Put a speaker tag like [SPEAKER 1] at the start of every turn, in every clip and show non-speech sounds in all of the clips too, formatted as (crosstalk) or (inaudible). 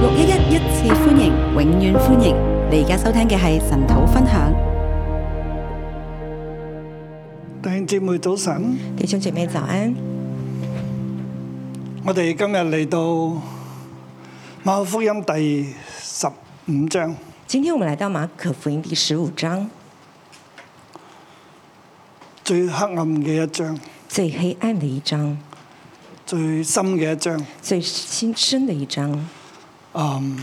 [SPEAKER 1] 六一一一次歡迎，永遠歡迎！你而家收聽嘅係神土分享。
[SPEAKER 2] 弟兄姊妹早晨，
[SPEAKER 3] 弟兄姐妹早安，
[SPEAKER 2] 我哋今日嚟到馬可福音第十五章。
[SPEAKER 3] 今天我們來到馬可福音第十五章
[SPEAKER 2] 最黑暗嘅一章，
[SPEAKER 3] 最黑暗的一章，
[SPEAKER 2] 最深嘅一章。
[SPEAKER 3] 最新深的一章。
[SPEAKER 2] 嗯，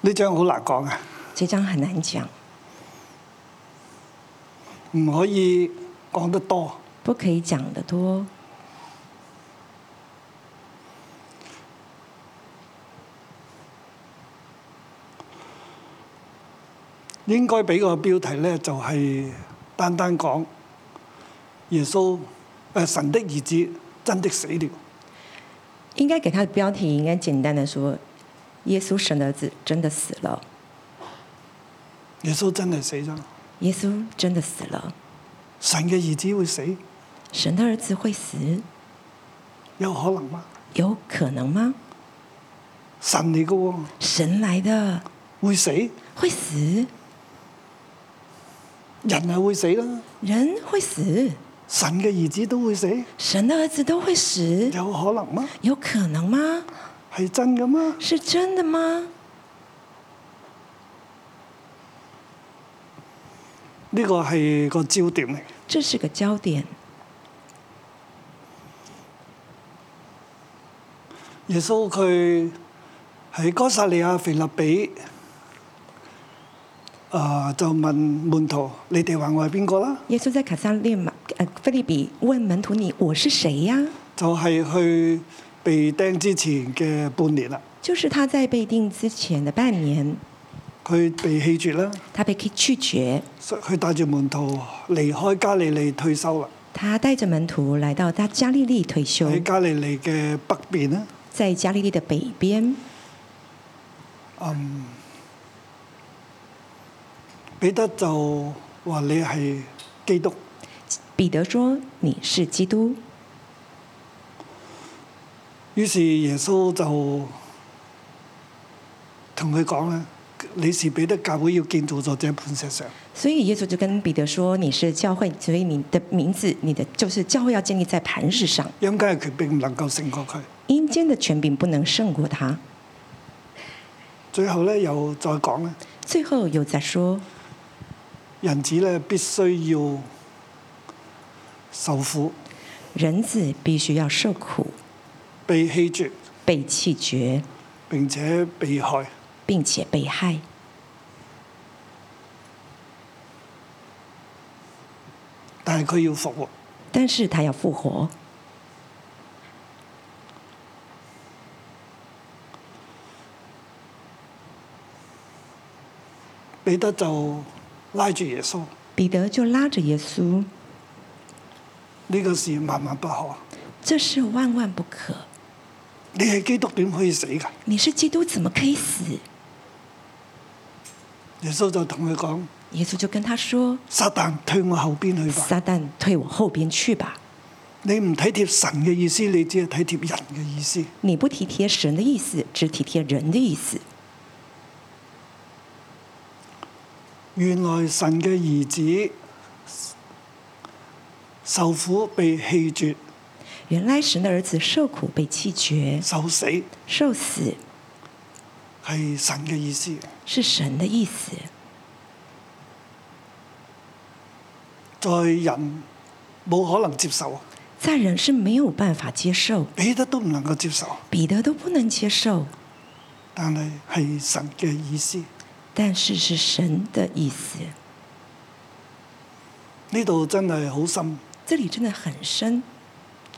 [SPEAKER 2] 呢章好難講啊，
[SPEAKER 3] 這章很難講，
[SPEAKER 2] 唔可以講得多。
[SPEAKER 3] 不可以講得多。
[SPEAKER 2] 應該俾個標題咧，就係單單講耶穌誒、呃神的兒子真的死了。
[SPEAKER 3] 應該給他的標題應該簡單的說：耶穌神的兒子真的死了，
[SPEAKER 2] 耶穌真係死咗，
[SPEAKER 3] 耶穌真的死了，
[SPEAKER 2] 神嘅兒子會死，
[SPEAKER 3] 神的兒子會死，
[SPEAKER 2] 有可能嗎？
[SPEAKER 3] 有可能嗎？
[SPEAKER 2] 神嚟嘅喎，
[SPEAKER 3] 神來的
[SPEAKER 2] 會死，
[SPEAKER 3] 會死，
[SPEAKER 2] 人係會死啦，
[SPEAKER 3] 人會死，
[SPEAKER 2] 神嘅兒子都會死，
[SPEAKER 3] 神的兒子都會死，
[SPEAKER 2] 有可能嗎？
[SPEAKER 3] 有可能嗎？
[SPEAKER 2] 係真嘅嗎？
[SPEAKER 3] 是真的嗎？
[SPEAKER 2] 呢個係個焦點嚟。
[SPEAKER 3] 這是個焦點。
[SPEAKER 2] 耶穌佢喺哥撒利亞腓立比，啊、就問門徒：你哋話我係邊個啦？
[SPEAKER 3] 耶穌在卡撒列馬呃菲利比問門徒你：“我是誰呀、
[SPEAKER 2] 就係、去被釘之前嘅半年啦，
[SPEAKER 3] 就是他在被定之前的半年，
[SPEAKER 2] 佢被棄絕啦，
[SPEAKER 3] 他被拒絕，
[SPEAKER 2] 所以佢帶住門徒離開加利利退休啦，
[SPEAKER 3] 他带着門徒來到他加利利退休，
[SPEAKER 2] 喺加利利嘅北邊啦，
[SPEAKER 3] 在加利利的北邊，
[SPEAKER 2] 彼得就話你係基督，
[SPEAKER 3] 彼得說：“你是基督。
[SPEAKER 2] 於是耶穌就同佢講啦：你是彼得教會要建造在這磐石上。”
[SPEAKER 3] 所以耶穌就跟彼得說：“你是教會，所以你的名字，你的就是教會要建立在磐石上，
[SPEAKER 2] 陰間嘅權柄唔能夠勝過佢。
[SPEAKER 3] 陰間的權柄不能勝過他。
[SPEAKER 2] 最後咧又再講咧，”
[SPEAKER 3] 最後又再說
[SPEAKER 2] 人子咧必須要受苦、：“
[SPEAKER 3] 人子必須要受苦，
[SPEAKER 2] 被棄絕，
[SPEAKER 3] 被棄絕，
[SPEAKER 2] 並且被害。
[SPEAKER 3] 並且被害。”
[SPEAKER 2] 但係佢要復活。
[SPEAKER 3] 但是他要復活。
[SPEAKER 2] 彼得就拉住耶穌，呢、
[SPEAKER 3] 彼得就拉着耶穌，
[SPEAKER 2] 個事萬萬不可。
[SPEAKER 3] 這事萬萬不可。
[SPEAKER 2] 你係基督點可以死㗎？
[SPEAKER 3] 你是基督，怎麼可以死？
[SPEAKER 2] 耶穌就同佢講：
[SPEAKER 3] 耶穌就跟他說
[SPEAKER 2] 撒旦退我後邊：“去吧！
[SPEAKER 3] 撒旦，退我後邊去吧！
[SPEAKER 2] 你唔體貼神嘅意思，你只係體貼人嘅意思。
[SPEAKER 3] 你不體貼神的意思，只體貼人的意思。
[SPEAKER 2] 原來神嘅兒子受苦被棄絕、
[SPEAKER 3] 原來神的兒子受苦被棄絕、
[SPEAKER 2] 受死，
[SPEAKER 3] 受死，
[SPEAKER 2] 係神嘅意思。
[SPEAKER 3] 是神的意思。
[SPEAKER 2] 在人冇可能接受，
[SPEAKER 3] 在人是沒有辦法接受，
[SPEAKER 2] 彼得都唔能夠接受，
[SPEAKER 3] 彼得都不能接受，
[SPEAKER 2] 但係係神嘅意思。
[SPEAKER 3] 但是是神的意思。
[SPEAKER 2] 呢度真係好深，
[SPEAKER 3] 這裡真的很深，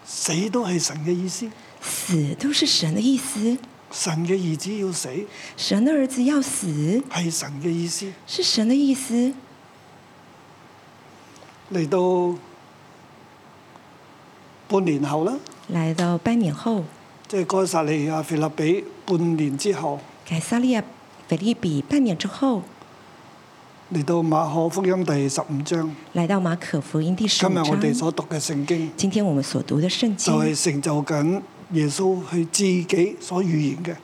[SPEAKER 2] 死都係神嘅意思。
[SPEAKER 3] 死都是神的意思。”
[SPEAKER 2] 神嘅兒子要死
[SPEAKER 3] 神的兒子要死，
[SPEAKER 2] 係神嘅意思。
[SPEAKER 3] 是神的意思。
[SPEAKER 2] 嚟到半年後啦，
[SPEAKER 3] 來到半年後，
[SPEAKER 2] 即係該撒利亞腓立比半年之後，
[SPEAKER 3] 凱撒利亞腓利比半年之後，
[SPEAKER 2] 嚟到馬可福音第十五章。
[SPEAKER 3] 來到馬可福音第十
[SPEAKER 2] 今
[SPEAKER 3] 五
[SPEAKER 2] 日我哋
[SPEAKER 3] 章。
[SPEAKER 2] 所讀嘅聖經
[SPEAKER 3] 今天我們所讀的聖
[SPEAKER 2] 就係
[SPEAKER 3] 經，
[SPEAKER 2] 成就緊耶穌佢自己所預言嘅，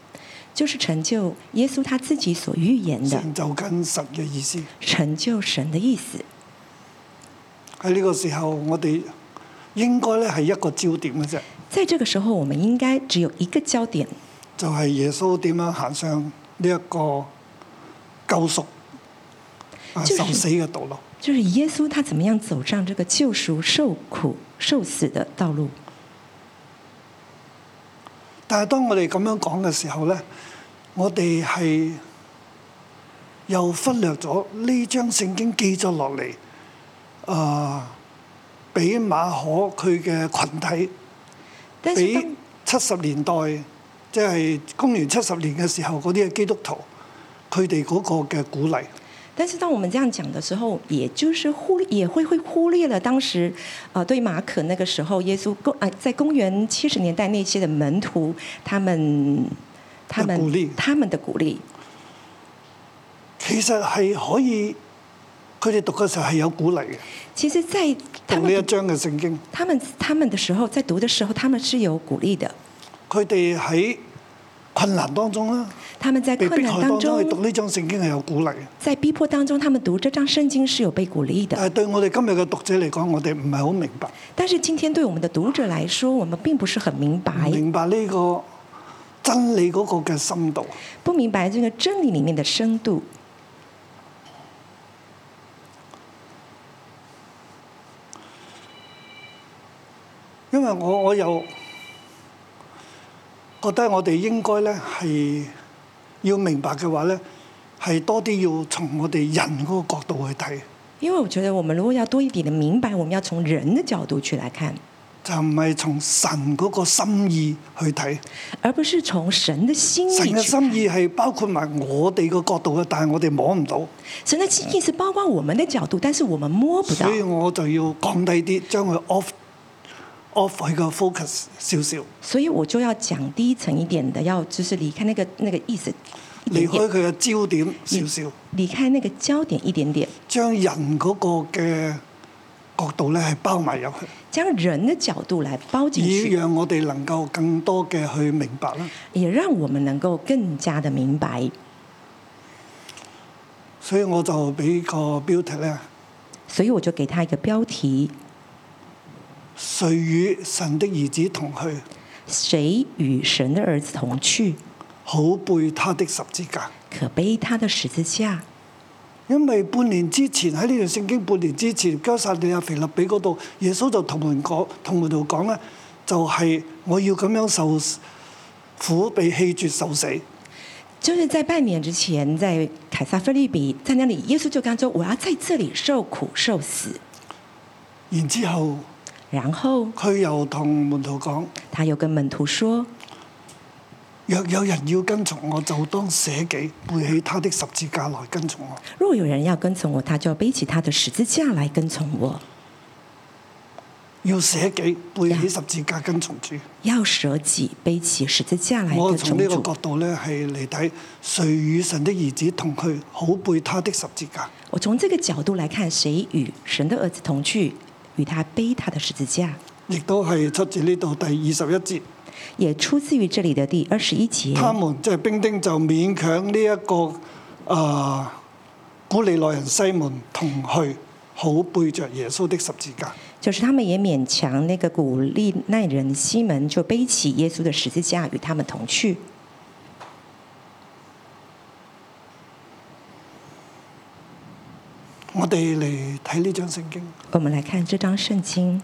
[SPEAKER 3] 就是成就耶穌他自己所預言的，
[SPEAKER 2] 成就緊神嘅意思。
[SPEAKER 3] 成就神的意思。
[SPEAKER 2] 喺呢個時候，我哋應該咧係一個焦點嘅啫，
[SPEAKER 3] 在這個時候，我們應該只有一個焦點，
[SPEAKER 2] 就係、耶穌點樣行上呢一個救贖啊
[SPEAKER 3] 就是
[SPEAKER 2] 受死嘅道路。
[SPEAKER 3] 就是耶穌他怎麼樣走上這個救贖、受苦、受死的道路。
[SPEAKER 2] 但係當我哋咁樣講嘅時候咧，我哋係又忽略咗呢張聖經記咗落嚟，啊、俾馬可佢嘅群體，
[SPEAKER 3] 但是
[SPEAKER 2] 俾
[SPEAKER 3] 當
[SPEAKER 2] 七十年代，即係公元七十年嘅時候嗰啲嘅基督徒，佢哋嗰個嘅鼓勵，
[SPEAKER 3] 但是當我們這樣講的時候，也就是忽也會會忽略了當時，呃，對馬可那個時候耶穌公呃在公元七十年代那些的門徒，他們他
[SPEAKER 2] 的鼓勵
[SPEAKER 3] 們他們的鼓勵，
[SPEAKER 2] 其實係可以，佢哋讀嘅時候係有鼓勵嘅，
[SPEAKER 3] 其實，在他
[SPEAKER 2] 讀呢一
[SPEAKER 3] 們
[SPEAKER 2] 章嘅聖經。
[SPEAKER 3] 他們他們的時候，在讀的時候，他們是有鼓勵的。
[SPEAKER 2] 佢哋喺困難當中啦，
[SPEAKER 3] 他們在
[SPEAKER 2] 被
[SPEAKER 3] 困
[SPEAKER 2] 迫
[SPEAKER 3] 難
[SPEAKER 2] 害當
[SPEAKER 3] 當
[SPEAKER 2] 中去讀
[SPEAKER 3] 中，
[SPEAKER 2] 呢章聖經係有鼓勵嘅。
[SPEAKER 3] 在逼迫當中，他們讀這張聖經是有被鼓勵
[SPEAKER 2] 但
[SPEAKER 3] 的。
[SPEAKER 2] 係對我哋今日嘅讀者嚟講，我哋唔係好明白，
[SPEAKER 3] 但是今天對我們的讀者來說，我們並不是很明
[SPEAKER 2] 唔
[SPEAKER 3] 白，
[SPEAKER 2] 明白呢個真理嗰個嘅深度。
[SPEAKER 3] 不明白這個真理裡面的深度。
[SPEAKER 2] 因為我我又覺得我哋應該咧係要明白嘅話咧，係多啲要從我哋人嗰個角度去睇，
[SPEAKER 3] 因為我覺得我們如果要多一點的明白，我們要從人的角度去來看，
[SPEAKER 2] 就唔係從神嗰個心意去睇。
[SPEAKER 3] 而不是從神的心
[SPEAKER 2] 神
[SPEAKER 3] 意
[SPEAKER 2] 嘅
[SPEAKER 3] 去。
[SPEAKER 2] 心意係包括埋我哋個角度嘅，但係我哋摸唔到，
[SPEAKER 3] 神的心意是包括我們的角度，但是我們摸不到
[SPEAKER 2] 所，以我就要降低啲，將佢 off off 佢個 focus 少少，
[SPEAKER 3] 所以我就要講低層一點的，要就是離開那個那個意思，一
[SPEAKER 2] 離
[SPEAKER 3] 點
[SPEAKER 2] 開
[SPEAKER 3] 點
[SPEAKER 2] 佢嘅焦點少少，
[SPEAKER 3] 離開那個焦點一點點，
[SPEAKER 2] 將人嗰個嘅角度咧係包埋入去。
[SPEAKER 3] 將人的角度來包進
[SPEAKER 2] 以
[SPEAKER 3] 去，
[SPEAKER 2] 讓我哋能夠更多嘅去明白啦。
[SPEAKER 3] 也讓我們能夠更加的明白。
[SPEAKER 2] 所以我就俾個標題咧：
[SPEAKER 3] 所以我就給他一個標題：
[SPEAKER 2] 誰與神的兒子同去，
[SPEAKER 3] 誰與神的兒子同去，
[SPEAKER 2] 好背他的十字架。
[SPEAKER 3] 可背他的十字架。
[SPEAKER 2] 因為半年之前喺呢段聖經，半年之前加撒利亞腓立比嗰度，耶穌就同門講，同門徒講咧，就係、我要咁樣受苦，被棄絕受死。
[SPEAKER 3] 就是在半年之前，在凯撒菲利比，在那裡，耶稣就跟他说：“我要在这裡受苦受死。
[SPEAKER 2] 然之後，”
[SPEAKER 3] 然后
[SPEAKER 2] 佢又同門徒講：
[SPEAKER 3] 他又跟門徒說
[SPEAKER 2] 若有人要跟從我，就當捨己，背起他的十字架來跟從我。：“
[SPEAKER 3] 若有人要跟從我，他就要背起他的十字架來跟從我，
[SPEAKER 2] 要捨己，背起十字架跟從主。
[SPEAKER 3] 要舍己，背起十字架來
[SPEAKER 2] 我
[SPEAKER 3] 跟
[SPEAKER 2] 從
[SPEAKER 3] 從
[SPEAKER 2] 呢個
[SPEAKER 3] 主。
[SPEAKER 2] 角度咧係嚟睇，誰與神的兒子同去，好背他的十字架。”
[SPEAKER 3] 我從這個角度來看，誰與神的兒子同去，與他背他的十字架，
[SPEAKER 2] 亦都係出自呢度第二十一節。
[SPEAKER 3] 也出自於這裡的第二十一節。
[SPEAKER 2] 他們即係兵丁就勉強呢、一個啊、古利奈人西門同去，好背着耶穌的十字架。
[SPEAKER 3] 就是他們也勉強那個古利奈人西門就背起耶穌的十字架與他們同去。
[SPEAKER 2] 我哋嚟睇呢張聖經，
[SPEAKER 3] 我們來看這張聖經，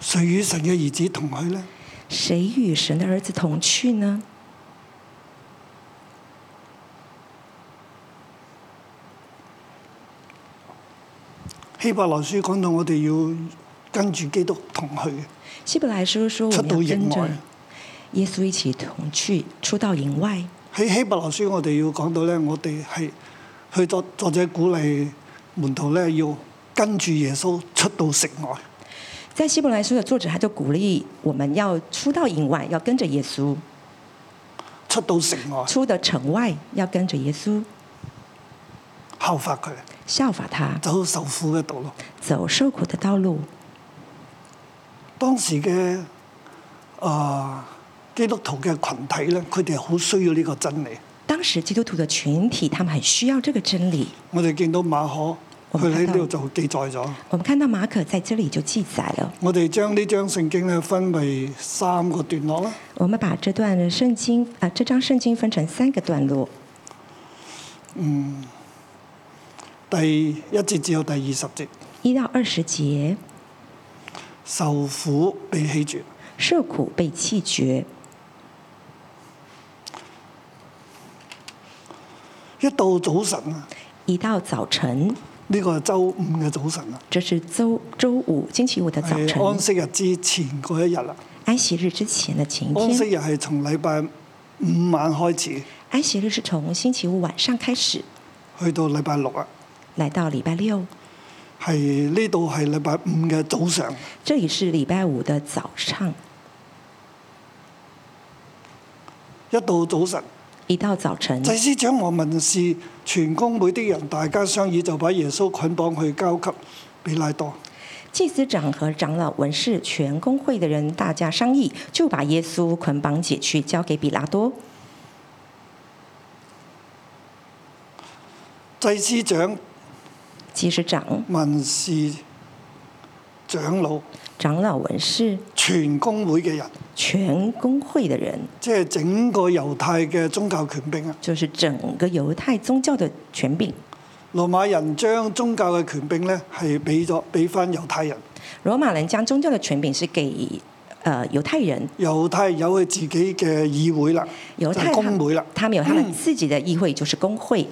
[SPEAKER 2] 誰與神嘅兒子同去呢？
[SPEAKER 3] 誰與神的兒子同去呢？
[SPEAKER 2] 希伯來書講到我哋要跟住基督同去嘅。
[SPEAKER 3] 希伯來書說我
[SPEAKER 2] 出
[SPEAKER 3] 們
[SPEAKER 2] 到
[SPEAKER 3] 要
[SPEAKER 2] 營
[SPEAKER 3] 跟着
[SPEAKER 2] 外。
[SPEAKER 3] 耶穌一起同去，出到營外。
[SPEAKER 2] 喺希伯來書，我哋要講到咧，我哋係去作作者鼓勵門徒咧，要跟住耶穌出到城外。
[SPEAKER 3] 在希伯來書的作者他就鼓勵我們要出到營外，要跟着耶穌；
[SPEAKER 2] 出到城外
[SPEAKER 3] 出的城外，要跟着耶穌，
[SPEAKER 2] 效法佢，
[SPEAKER 3] 效法他，
[SPEAKER 2] 走受苦嘅道路。
[SPEAKER 3] 走受苦的道路。
[SPEAKER 2] 當時嘅啊基督徒嘅群體咧，佢哋好需要呢個真理。
[SPEAKER 3] 当时基督徒的群体，他们很需要这个真理。
[SPEAKER 2] 我哋見到馬可，佢喺呢度就記載咗。
[SPEAKER 3] 我们看到马可在这里就记载了。
[SPEAKER 2] 我哋將呢張聖經咧分為三個段落啦。
[SPEAKER 3] 我们把这段圣经啊、这张圣经分成三个段落，
[SPEAKER 2] 第一節至到第二十節，
[SPEAKER 3] 一到二十节，
[SPEAKER 2] 受苦被棄絕。
[SPEAKER 3] 受苦被弃绝。
[SPEAKER 2] 一到早晨啊，
[SPEAKER 3] 一到早晨，
[SPEAKER 2] 呢、個係周五嘅早晨啊，
[SPEAKER 3] 这是周周五星期五的早
[SPEAKER 2] 係哎安
[SPEAKER 3] 晨，
[SPEAKER 2] 息日之前嗰一日啦。
[SPEAKER 3] 安息日之前的前一
[SPEAKER 2] 安息
[SPEAKER 3] 天。
[SPEAKER 2] 日係從禮拜五晚開始，
[SPEAKER 3] 安息日是从星期五晚上开始，
[SPEAKER 2] 去到禮拜六啊，
[SPEAKER 3] 来到礼拜六，
[SPEAKER 2] 係呢度係禮拜五嘅早上。
[SPEAKER 3] 这里是礼拜五的早上。
[SPEAKER 2] 一到早晨，
[SPEAKER 3] 一到早晨，
[SPEAKER 2] 祭司長和文士全公會的人大家商議，就把耶穌捆綁去交給比拉多。
[SPEAKER 3] 祭司长和长老、文士、全公会的人大家商议，就把耶稣捆绑解去，交给比拉多。
[SPEAKER 2] 祭司長、
[SPEAKER 3] 祭司长、
[SPEAKER 2] 文士、長老、
[SPEAKER 3] 长老、文士、
[SPEAKER 2] 全公會嘅人，
[SPEAKER 3] 全公会的人，
[SPEAKER 2] 即係整個猶太嘅宗教權柄啊！
[SPEAKER 3] 就是整个犹太宗教的权柄。
[SPEAKER 2] 羅馬人將宗教嘅權柄呢係俾咗俾翻猶太人，
[SPEAKER 3] 罗马人将宗教的权柄是给呃犹太人，
[SPEAKER 2] 猶太人有佢自己嘅議會啦，
[SPEAKER 3] 犹
[SPEAKER 2] 就係
[SPEAKER 3] 太他
[SPEAKER 2] 公會啦，
[SPEAKER 3] 他们有他们自己的议会，就是公会，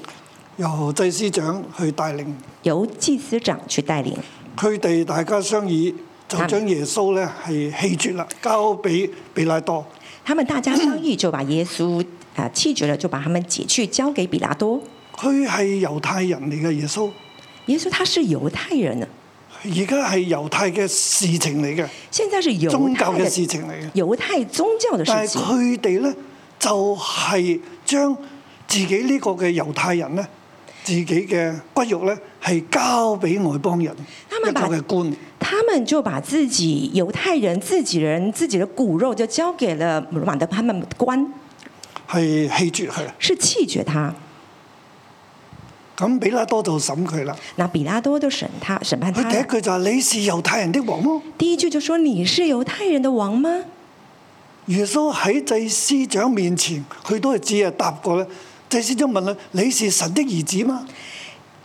[SPEAKER 2] 由祭司長去帶領。
[SPEAKER 3] 由祭司长去带领。
[SPEAKER 2] 佢哋大家商議，就
[SPEAKER 3] 嗯
[SPEAKER 2] 將耶穌咧係棄絕啦，交俾比拉多。
[SPEAKER 3] 他们大家商议，就把耶稣啊、呃弃绝了，就把他们解去，交给比拉多。
[SPEAKER 2] 佢係猶太人嚟嘅，耶穌
[SPEAKER 3] 耶稣他是犹太人啊呢，
[SPEAKER 2] 而家係猶太嘅事情嚟嘅，
[SPEAKER 3] 现在是犹
[SPEAKER 2] 宗教
[SPEAKER 3] 太
[SPEAKER 2] 嘅
[SPEAKER 3] 的
[SPEAKER 2] 事哎情嚟嘅。
[SPEAKER 3] 犹太宗教的
[SPEAKER 2] 但
[SPEAKER 3] 事
[SPEAKER 2] 係
[SPEAKER 3] 情，
[SPEAKER 2] 佢哋咧就係、將自己呢個嘅猶太人咧，自己嘅骨肉咧係交俾外邦人
[SPEAKER 3] 他
[SPEAKER 2] 一
[SPEAKER 3] 們
[SPEAKER 2] 個
[SPEAKER 3] 把
[SPEAKER 2] 嘅官。
[SPEAKER 3] 他们就把自己犹太人、自己人、自己的骨肉就交给了罗马的他们官，
[SPEAKER 2] 係棄絕佢，
[SPEAKER 3] 是弃绝他。
[SPEAKER 2] 咁比拉多就審佢啦。
[SPEAKER 3] 那比拉多就审他，审判
[SPEAKER 2] 佢
[SPEAKER 3] 他
[SPEAKER 2] 第一
[SPEAKER 3] 了。
[SPEAKER 2] 句就係：你是猶太人的王咯。
[SPEAKER 3] 第一句就说：“你是犹太人的王吗
[SPEAKER 2] 耶穌喺祭司長面前，佢都係只係答過咧。祭司長問佢：你是神的兒子嗎？？”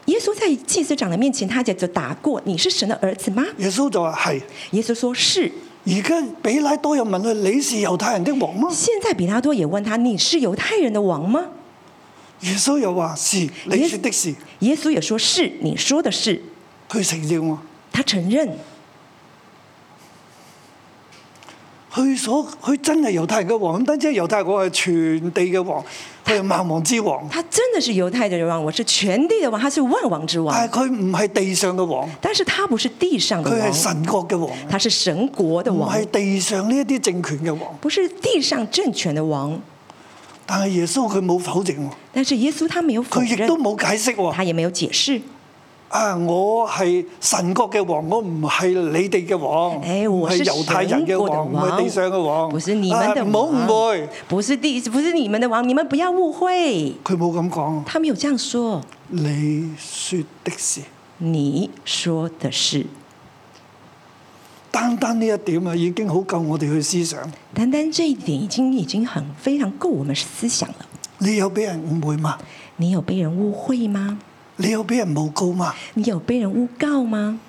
[SPEAKER 3] 耶稣在祭司长的面前，他就打过：“你是神的儿子吗
[SPEAKER 2] 耶穌就話係。？”
[SPEAKER 3] 耶稣说：“是。
[SPEAKER 2] 而家比拉多又問佢：你是猶太人的王嗎”？
[SPEAKER 3] 现在比拉多也问他：“你是犹太人的王吗
[SPEAKER 2] 耶穌又話是，你說的是。？”
[SPEAKER 3] 耶稣也说：“是，你说的是。
[SPEAKER 2] 佢承認喎，”
[SPEAKER 3] 他承认
[SPEAKER 2] 佢所佢真係猶太人嘅王，唔單止係猶太國，係全地嘅王，佢係萬王之王。
[SPEAKER 3] 他真的是犹太人的王，我是全地的王，他是万王之王。
[SPEAKER 2] 但係佢唔係地上嘅王，
[SPEAKER 3] 但是他不是地上的
[SPEAKER 2] 佢係
[SPEAKER 3] 王，
[SPEAKER 2] 神國嘅王，
[SPEAKER 3] 他是神国的
[SPEAKER 2] 唔
[SPEAKER 3] 王，
[SPEAKER 2] 係地上呢一啲政權嘅王。
[SPEAKER 3] 不是地上政权的王。
[SPEAKER 2] 但係耶穌佢冇否認喎，
[SPEAKER 3] 但是耶稣他没有否
[SPEAKER 2] 佢亦
[SPEAKER 3] 认
[SPEAKER 2] 都，冇解釋喎。
[SPEAKER 3] 他也没有解释。
[SPEAKER 2] 啊！我係神國嘅王，我唔係你哋嘅王，
[SPEAKER 3] 哎，
[SPEAKER 2] 唔
[SPEAKER 3] 我
[SPEAKER 2] 係
[SPEAKER 3] 是
[SPEAKER 2] 猶太
[SPEAKER 3] 神
[SPEAKER 2] 人嘅
[SPEAKER 3] 国的
[SPEAKER 2] 王，唔係地上嘅王，
[SPEAKER 3] 不是你们的
[SPEAKER 2] 啊唔好
[SPEAKER 3] 王，
[SPEAKER 2] 誤會，
[SPEAKER 3] 不是地，不是你们的王，你们不要误会。
[SPEAKER 2] 佢冇咁講。
[SPEAKER 3] 他没有这样说，
[SPEAKER 2] 你說的是，
[SPEAKER 3] 你说的是。
[SPEAKER 2] 單單呢一點啊，已經好夠我哋去思想。
[SPEAKER 3] 单单这一点已经已经很非常够我们思想了。
[SPEAKER 2] 你有俾人誤會嘛？
[SPEAKER 3] 你有被人误会吗？
[SPEAKER 2] 你有俾人誣告嘛？
[SPEAKER 3] 你有被人诬告吗？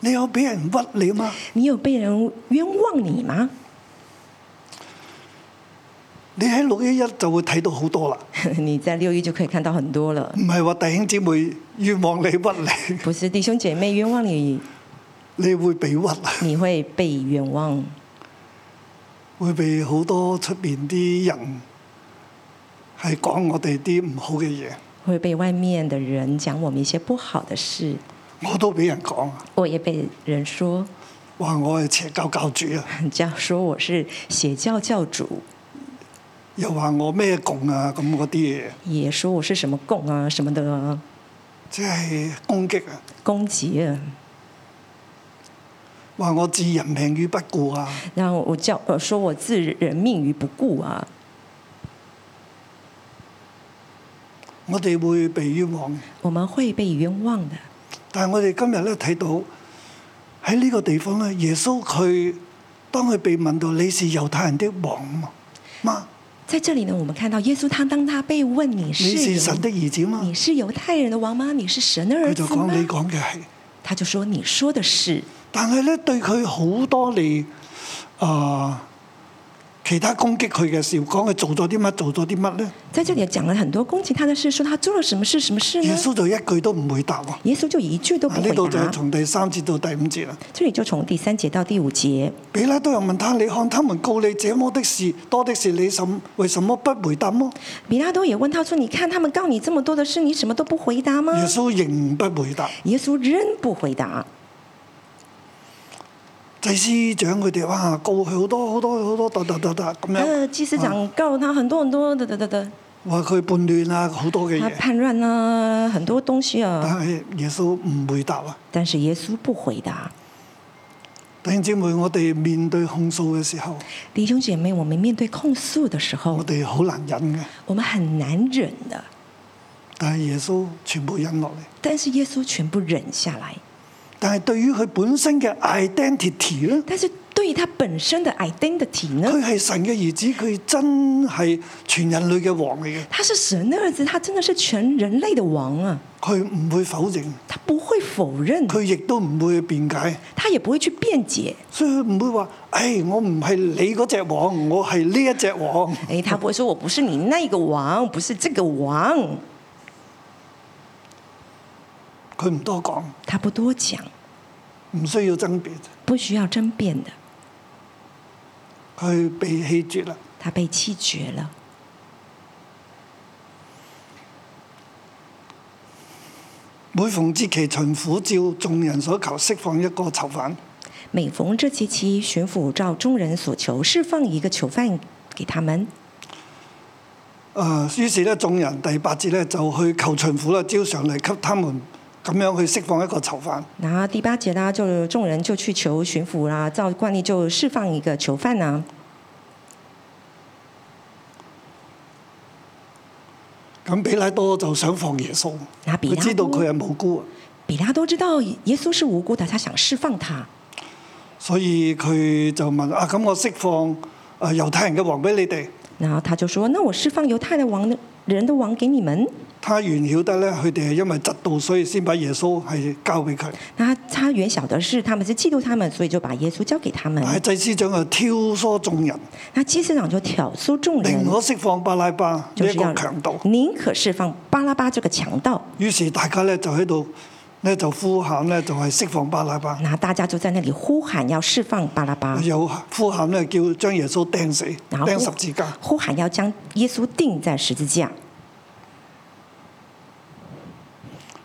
[SPEAKER 2] 你有俾人屈你嘛？
[SPEAKER 3] 你有被人冤枉你吗？ (laughs)
[SPEAKER 2] 你喺六一一就會睇到好多啦，
[SPEAKER 3] 你在六一就可以看到很多了。
[SPEAKER 2] 唔係話弟兄姊妹冤枉你屈
[SPEAKER 3] 不是弟兄姐妹冤枉你，
[SPEAKER 2] 你，你會被屈啊，
[SPEAKER 3] 你会被冤枉，
[SPEAKER 2] 會被好多出邊啲人係講我哋啲唔好嘅嘢。
[SPEAKER 3] 会被外面的人讲我们一些不好的事。
[SPEAKER 2] 我都俾人講啊，
[SPEAKER 3] 我也被人说， (laughs)
[SPEAKER 2] 話我係邪教教主啊，
[SPEAKER 3] 这样说我是邪教教主，
[SPEAKER 2] 又話我咩共啊咁嗰啲嘢，
[SPEAKER 3] 也说我是什么供啊什么的
[SPEAKER 2] 即係攻擊啊！
[SPEAKER 3] 攻击啊。
[SPEAKER 2] 話我置人命於不顧啊！
[SPEAKER 3] 然后我叫呃说我置人命于不顾啊，
[SPEAKER 2] 我哋會被冤枉嘅。
[SPEAKER 3] 我们会被冤枉的。
[SPEAKER 2] 但係我哋今日咧睇到喺呢個地方咧，耶穌佢當佢被問到你是猶太人的王嘛嗎？
[SPEAKER 3] 在这里呢，我们看到耶稣他当他被问你
[SPEAKER 2] 你是
[SPEAKER 3] 是
[SPEAKER 2] 神
[SPEAKER 3] 犹
[SPEAKER 2] 的兒子嗎
[SPEAKER 3] 你？是犹太人的王吗？你是神的
[SPEAKER 2] 佢
[SPEAKER 3] 儿
[SPEAKER 2] 就
[SPEAKER 3] 子
[SPEAKER 2] 講
[SPEAKER 3] 吗？
[SPEAKER 2] 你講嘅係，
[SPEAKER 3] 他就说你说的是，
[SPEAKER 2] 但係咧對佢好多嚟啊、呃其他攻擊佢嘅事，講佢做咗啲乜，做咗啲乜咧？
[SPEAKER 3] 在这里讲了很多攻击他的事，说他做了什么事什么事
[SPEAKER 2] 耶
[SPEAKER 3] 呢？
[SPEAKER 2] 穌就一句都唔回答喎。
[SPEAKER 3] 耶稣就一嗯句都不
[SPEAKER 2] 嗱
[SPEAKER 3] 回
[SPEAKER 2] 呢度就係
[SPEAKER 3] 答。啊
[SPEAKER 2] 從第三節到第五節啦。
[SPEAKER 3] 这里就从第三节到第五节，
[SPEAKER 2] 比拉多又問他：你看他們告你這麼的事多的是，你什為什麼不回答麼？
[SPEAKER 3] 比拉多也问他说：“你看他们告你这么多的事，你什么都不回答吗
[SPEAKER 2] 耶穌仍不回答。？”
[SPEAKER 3] 耶稣仍不回答。
[SPEAKER 2] 祭司長佢哋哇告佢好多好多好多突突突突咁樣，
[SPEAKER 3] 呃，祭司长告他很多很多的的的的，
[SPEAKER 2] 話佢叛亂啊好多嘅
[SPEAKER 3] 他
[SPEAKER 2] 嘢，
[SPEAKER 3] 叛乱啊，很多东西啊，
[SPEAKER 2] 但係耶穌唔回答啊！
[SPEAKER 3] 但是耶稣不回答。
[SPEAKER 2] 弟兄姊妹，我哋面對控訴嘅時候，
[SPEAKER 3] 弟兄姐妹，我们面对控诉的时候
[SPEAKER 2] 我，哋好難忍嘅，
[SPEAKER 3] 我们很难忍的，
[SPEAKER 2] 但係耶穌全部忍落嚟。
[SPEAKER 3] 但是耶穌全部忍下来。
[SPEAKER 2] 但係對於佢本身嘅 identity 咧，
[SPEAKER 3] 但是对于他本身的 identity 呢，
[SPEAKER 2] 佢係神嘅兒子，佢真係全人類嘅王嚟嘅，
[SPEAKER 3] 他是神的儿子，他真的是全人类的王啊，
[SPEAKER 2] 佢唔會否認，
[SPEAKER 3] 他不會否认，
[SPEAKER 2] 佢亦都唔會辯解，
[SPEAKER 3] 他也不会去辩解。
[SPEAKER 2] 所以佢唔會話：，唉，我唔係你嗰只王，我係呢一隻王。
[SPEAKER 3] 诶，哎他不会说我不是你那个王，不是这个王，
[SPEAKER 2] 佢唔多講，
[SPEAKER 3] 他不多讲，
[SPEAKER 2] 唔需要爭辯。
[SPEAKER 3] 不需要争辩的。
[SPEAKER 2] 佢被棄絕啦。
[SPEAKER 3] 他被弃绝了。
[SPEAKER 2] 每逢節期巡撫照眾人所求釋放一個囚犯，
[SPEAKER 3] 每逢这期期，巡抚照众人所求释放一个囚犯给他们。
[SPEAKER 2] 誒、呃，於是咧眾人第八節咧就去求巡撫啦，照常嚟給他們咁樣去釋放一個囚犯。
[SPEAKER 3] 然后第八节啦，就众人就去求巡抚啦，照惯例就释放一个囚犯啊呐、
[SPEAKER 2] 咁比拉多就想放耶穌，
[SPEAKER 3] 那比
[SPEAKER 2] 佢
[SPEAKER 3] 拉多
[SPEAKER 2] 知道佢係無辜啊，
[SPEAKER 3] 比拉多知道耶稣是无辜的，他想释放他，
[SPEAKER 2] 所以佢就問啊，咁我釋放誒、呃、猶太人嘅王俾你哋。
[SPEAKER 3] 然后他就说：“那我释放犹太的王人的王给你们。
[SPEAKER 2] 他原曉得咧，佢哋係因為嫉妒，所以先把耶穌係交俾佢。”
[SPEAKER 3] 那他他原晓得是他们是嫉妒他们，所以就把耶稣交给他们
[SPEAKER 2] 但。係祭司長就挑唆眾人，
[SPEAKER 3] 那祭司长就挑唆众
[SPEAKER 2] 寧
[SPEAKER 3] 人，
[SPEAKER 2] 可釋放巴拉巴呢
[SPEAKER 3] 就
[SPEAKER 2] 一
[SPEAKER 3] 是要
[SPEAKER 2] 個強盜。
[SPEAKER 3] 宁可释放巴拉巴这个強盜。
[SPEAKER 2] 於是大家咧就喺度咧就呼喊咧就係釋放巴拉巴，
[SPEAKER 3] 那大家就在那里呼喊要释放巴拉巴，
[SPEAKER 2] 有呼喊咧叫將耶穌釘死，
[SPEAKER 3] 然后
[SPEAKER 2] 釘十字架。
[SPEAKER 3] 呼喊要将耶稣钉在十字架。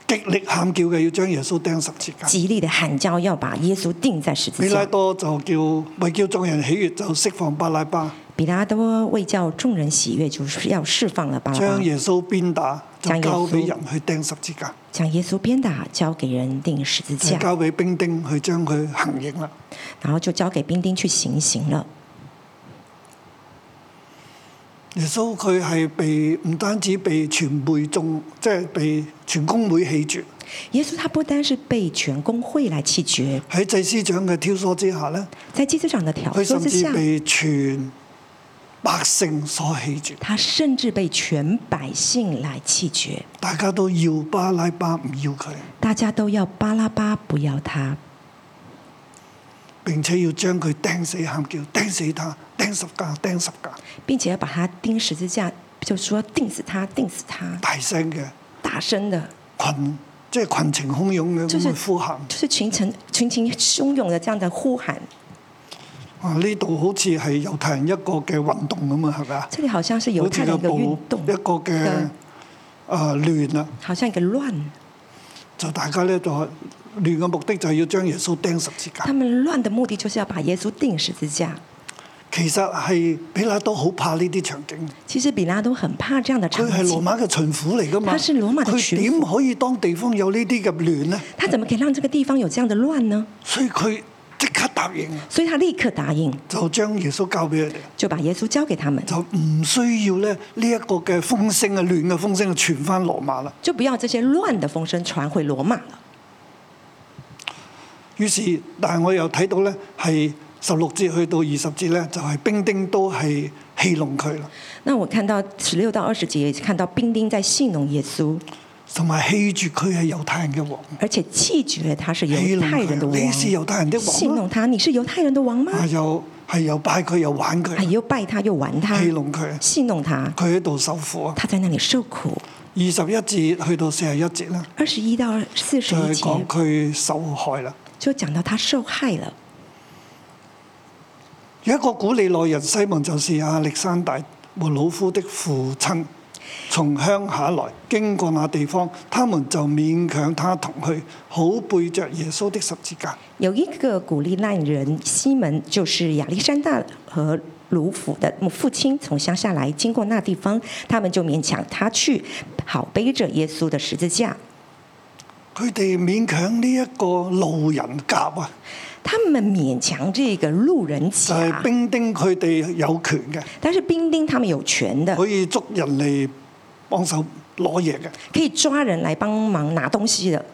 [SPEAKER 2] 極力喊叫嘅要將耶穌釘十字架。
[SPEAKER 3] 极力的喊叫要把耶稣钉在十字
[SPEAKER 2] 比拉
[SPEAKER 3] 架。
[SPEAKER 2] 多就叫為叫眾人喜悅，就釋放巴拉巴，
[SPEAKER 3] 比拉多为叫眾人喜悦，就是要釋放了巴拉
[SPEAKER 2] 將
[SPEAKER 3] 巴，
[SPEAKER 2] 耶穌鞭打，就
[SPEAKER 3] 將嗯耶穌
[SPEAKER 2] 交俾人去釘十字架，
[SPEAKER 3] 将耶稣鞭打，交给人钉十字
[SPEAKER 2] 就
[SPEAKER 3] 架，
[SPEAKER 2] 交俾兵丁去將佢行刑啦。
[SPEAKER 3] 然后就交给兵丁去行刑了。
[SPEAKER 2] 耶穌佢係被唔單止被全會眾，即係被全公會棄絕。
[SPEAKER 3] 耶稣他不单是被全公会来弃绝，
[SPEAKER 2] 喺祭司長嘅挑唆之下咧，
[SPEAKER 3] 在祭司长的挑
[SPEAKER 2] 佢
[SPEAKER 3] 唆
[SPEAKER 2] 甚
[SPEAKER 3] 之
[SPEAKER 2] 至
[SPEAKER 3] 下，
[SPEAKER 2] 被全百姓所棄絕，
[SPEAKER 3] 他甚至被全百姓来弃绝，
[SPEAKER 2] 大家都要巴拉巴唔要佢，
[SPEAKER 3] 大家都要巴拉巴，不要他，
[SPEAKER 2] 並且要將佢釘死，喊叫釘死他，釘十架，釘十架，
[SPEAKER 3] 并且要把他钉十字架，就说钉死他，钉死他，
[SPEAKER 2] 大聲嘅
[SPEAKER 3] 大声的，
[SPEAKER 2] 群即係群情洶湧嘅
[SPEAKER 3] 就
[SPEAKER 2] 咁
[SPEAKER 3] 是
[SPEAKER 2] 去呼喊。
[SPEAKER 3] 就是群情群情汹涌的这样的呼喊。
[SPEAKER 2] 啊！呢度好似係猶太人一個嘅運動咁啊，係咪啊？
[SPEAKER 3] 这里好像是犹
[SPEAKER 2] 好
[SPEAKER 3] 太
[SPEAKER 2] 似
[SPEAKER 3] 人
[SPEAKER 2] 個
[SPEAKER 3] 一个运
[SPEAKER 2] 暴
[SPEAKER 3] 动
[SPEAKER 2] 一，個嘅
[SPEAKER 3] 嘅
[SPEAKER 2] 啊亂啊！
[SPEAKER 3] 好像一个乱。
[SPEAKER 2] 就大家咧就係亂嘅目的就係要將耶穌釘十字
[SPEAKER 3] 他
[SPEAKER 2] 架。
[SPEAKER 3] 们乱的目的就是要把耶稣钉十字架。
[SPEAKER 2] 其實係比拉多好怕呢啲場景，
[SPEAKER 3] 其实比拉多很怕这样的场
[SPEAKER 2] 佢係羅
[SPEAKER 3] 景，
[SPEAKER 2] 馬嘅巡撫嚟噶嘛，
[SPEAKER 3] 他是羅馬嘅
[SPEAKER 2] 佢
[SPEAKER 3] 巡撫
[SPEAKER 2] 點可以當地方有呢啲咁亂呢？
[SPEAKER 3] 他怎么可以让这个地方有这样的乱呢？
[SPEAKER 2] 所以佢即刻答應，
[SPEAKER 3] 所以他立刻答應，
[SPEAKER 2] 就將耶穌交俾佢哋，
[SPEAKER 3] 就把耶穌交給他們，
[SPEAKER 2] 就唔需要咧呢一個嘅風聲啊、亂嘅風聲啊傳翻羅馬啦。
[SPEAKER 3] 就不要這些亂的風聲傳回羅馬了。
[SPEAKER 2] 於是，但係我又睇到咧係十六節去到二十節咧，就係、兵丁都係戲弄佢啦，
[SPEAKER 3] 那我看到十六到二十節，看到兵丁在戲弄耶穌，
[SPEAKER 2] 同埋棄絕佢係猶太人嘅王，
[SPEAKER 3] 而且拒絕了他是
[SPEAKER 2] 戲
[SPEAKER 3] 猶
[SPEAKER 2] 弄
[SPEAKER 3] 太人的
[SPEAKER 2] 佢，啊
[SPEAKER 3] 王，
[SPEAKER 2] 你是猶太人的
[SPEAKER 3] 戲
[SPEAKER 2] 王啦
[SPEAKER 3] 弄他，你是猶太人的王
[SPEAKER 2] 啊
[SPEAKER 3] 嗎？
[SPEAKER 2] 又係又拜佢又玩佢
[SPEAKER 3] 啊，，又拜他，又玩他，
[SPEAKER 2] 戲弄佢，
[SPEAKER 3] 戲弄他，
[SPEAKER 2] 佢喺度受苦啊。
[SPEAKER 3] 他在那裡受苦。
[SPEAKER 2] 二十一節去到四十一節啦，
[SPEAKER 3] 二十一到四十
[SPEAKER 2] 就
[SPEAKER 3] 一
[SPEAKER 2] 係講
[SPEAKER 3] 節
[SPEAKER 2] 佢受害啦。
[SPEAKER 3] 就講到他受害了。
[SPEAKER 2] 有一個古利奈人西蒙就是亞歷山大和老夫的父親，從鄉下來，經過那地方，他們就勉強他同去，好背着耶穌的十字架。
[SPEAKER 3] 有一个古利奈人西门，就是亚历山大和卢府的父亲，从乡下来，经过那地方，他们就勉强他去，好背着耶稣的十字架。
[SPEAKER 2] 佢哋勉強呢一個路人甲啊，
[SPEAKER 3] 他们勉强这个路人
[SPEAKER 2] 就係、
[SPEAKER 3] 甲，
[SPEAKER 2] 兵丁佢哋有權嘅，
[SPEAKER 3] 但是兵丁他们有权的，
[SPEAKER 2] 可以捉人嚟幫手攞嘢嘅。
[SPEAKER 3] 可以抓人来帮忙拿东西的。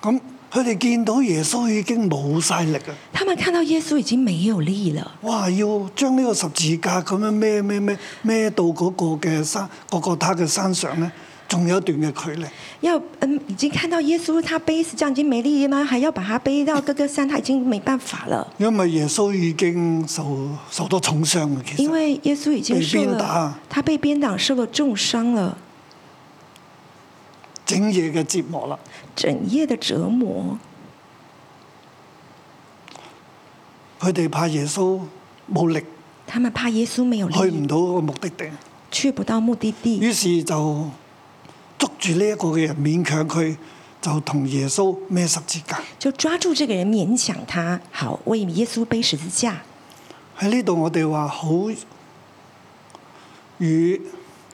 [SPEAKER 2] 咁佢哋見到耶穌已經冇晒力啊！
[SPEAKER 3] 他们看到耶稣已经没有力了，
[SPEAKER 2] 哇！要將呢個十字架咁樣孭孭孭孭到嗰個嘅山，嗰個他嘅山上咧，仲有一段嘅距離。
[SPEAKER 3] 要嗯，已经看到耶稣他背十字架已经没力吗？还要把他背到哥哥山，他已经没办法了。
[SPEAKER 2] 因為耶穌已經受受到重傷嘅，其
[SPEAKER 3] 因
[SPEAKER 2] 實
[SPEAKER 3] 为耶稣已经受
[SPEAKER 2] 被鞭打
[SPEAKER 3] 了，他被鞭打受了重伤了，
[SPEAKER 2] 整夜嘅折磨啦。
[SPEAKER 3] 整夜的折磨。
[SPEAKER 2] 佢哋怕耶穌冇力，
[SPEAKER 3] 他们怕耶稣没有
[SPEAKER 2] 去唔
[SPEAKER 3] 力，
[SPEAKER 2] 到個目的地，
[SPEAKER 3] 去不到目的地，
[SPEAKER 2] 於是就捉住呢一個嘅人，勉強佢就同耶穌孭十字架。
[SPEAKER 3] 就抓住这个人，勉强他，好为耶稣背十字架。
[SPEAKER 2] 喺呢度我哋話好與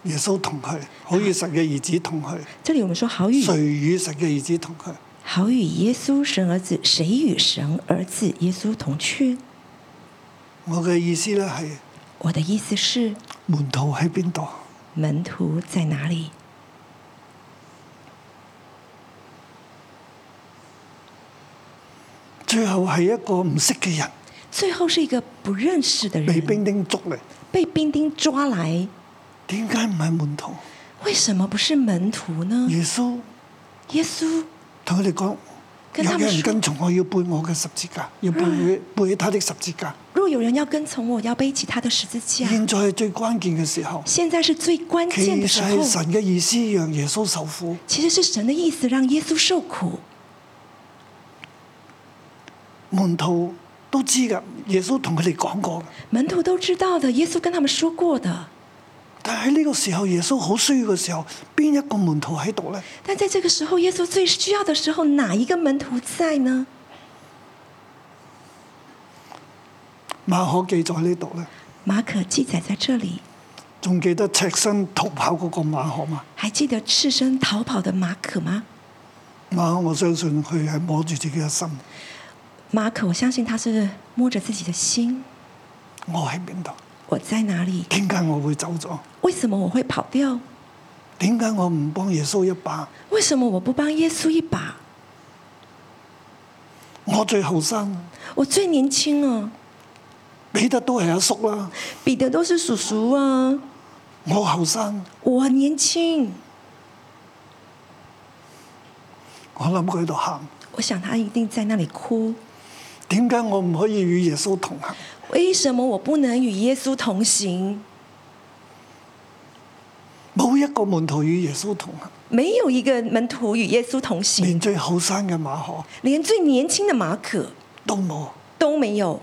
[SPEAKER 2] 耶穌同去，好與神嘅兒子同去，
[SPEAKER 3] 这里我们说好与
[SPEAKER 2] 誰與神嘅兒子同去？
[SPEAKER 3] 好与耶稣神儿子，谁与神儿子耶稣同去？
[SPEAKER 2] 我嘅意思咧係
[SPEAKER 3] 我的意思是，
[SPEAKER 2] 門徒喺邊度？
[SPEAKER 3] 门徒在哪里？
[SPEAKER 2] 最後係一個唔識嘅人
[SPEAKER 3] 最后是一个不认识的
[SPEAKER 2] 被
[SPEAKER 3] 人
[SPEAKER 2] 兵丁捉嚟，
[SPEAKER 3] 被兵丁抓来，
[SPEAKER 2] 點解唔係門徒？
[SPEAKER 3] 为什么不是门徒呢？
[SPEAKER 2] 耶穌
[SPEAKER 3] 耶穌
[SPEAKER 2] 同佢哋講：
[SPEAKER 3] 跟
[SPEAKER 2] 有
[SPEAKER 3] 他們
[SPEAKER 2] 人
[SPEAKER 3] 說
[SPEAKER 2] 跟從我，要背我嘅十字架，要背起背起他的十字架。
[SPEAKER 3] 若有人要跟从我，要背起他的十字架。
[SPEAKER 2] 現在係最關鍵嘅時候，
[SPEAKER 3] 现在是最關
[SPEAKER 2] 其
[SPEAKER 3] 鍵的
[SPEAKER 2] 實
[SPEAKER 3] 时
[SPEAKER 2] 係
[SPEAKER 3] 候，
[SPEAKER 2] 神嘅意思讓耶穌受苦。
[SPEAKER 3] 其實是神的意思讓耶穌受苦。
[SPEAKER 2] 門徒都知㗎，耶穌同佢哋講過㗎。
[SPEAKER 3] 門徒都知道的，耶穌跟他們說過的。
[SPEAKER 2] 但喺呢個時候，耶穌好需要嘅時候，邊一個門徒喺度呢？
[SPEAKER 3] 但在這個時候，耶穌最需要的時候，哪一個門徒在呢？
[SPEAKER 2] 馬可記載呢度呢，
[SPEAKER 3] 馬可記載在這裡，
[SPEAKER 2] 仲記得赤身逃跑嗰個馬可嘛？
[SPEAKER 3] 還記得赤身逃跑的馬可嗎？
[SPEAKER 2] 馬可我相信佢係摸住自己嘅心，
[SPEAKER 3] 馬可，我相信他是摸着自己的心，
[SPEAKER 2] 我喺邊度？
[SPEAKER 3] 我在哪裡？
[SPEAKER 2] 點解我會走咗？
[SPEAKER 3] 為什麼我會跑掉？
[SPEAKER 2] 點解我唔幫耶穌一把？
[SPEAKER 3] 為什麼我不幫耶穌一把？
[SPEAKER 2] 我最後生，
[SPEAKER 3] 我最年輕啊，
[SPEAKER 2] 彼得都係阿叔啦，
[SPEAKER 3] 彼得都是叔叔啊，
[SPEAKER 2] 我後生，
[SPEAKER 3] 我年輕。
[SPEAKER 2] 我諗佢喺度喊。
[SPEAKER 3] 我想他一定在那裡哭。
[SPEAKER 2] 點解我唔可以與耶穌同行？
[SPEAKER 3] 为什么我不能与耶稣同行？
[SPEAKER 2] 冇一個門徒與耶穌同行，
[SPEAKER 3] 没有一个门徒与耶稣同
[SPEAKER 2] 連
[SPEAKER 3] 行，
[SPEAKER 2] 最後生嘅馬可
[SPEAKER 3] 连最年轻的马可
[SPEAKER 2] 都冇。
[SPEAKER 3] 都没有。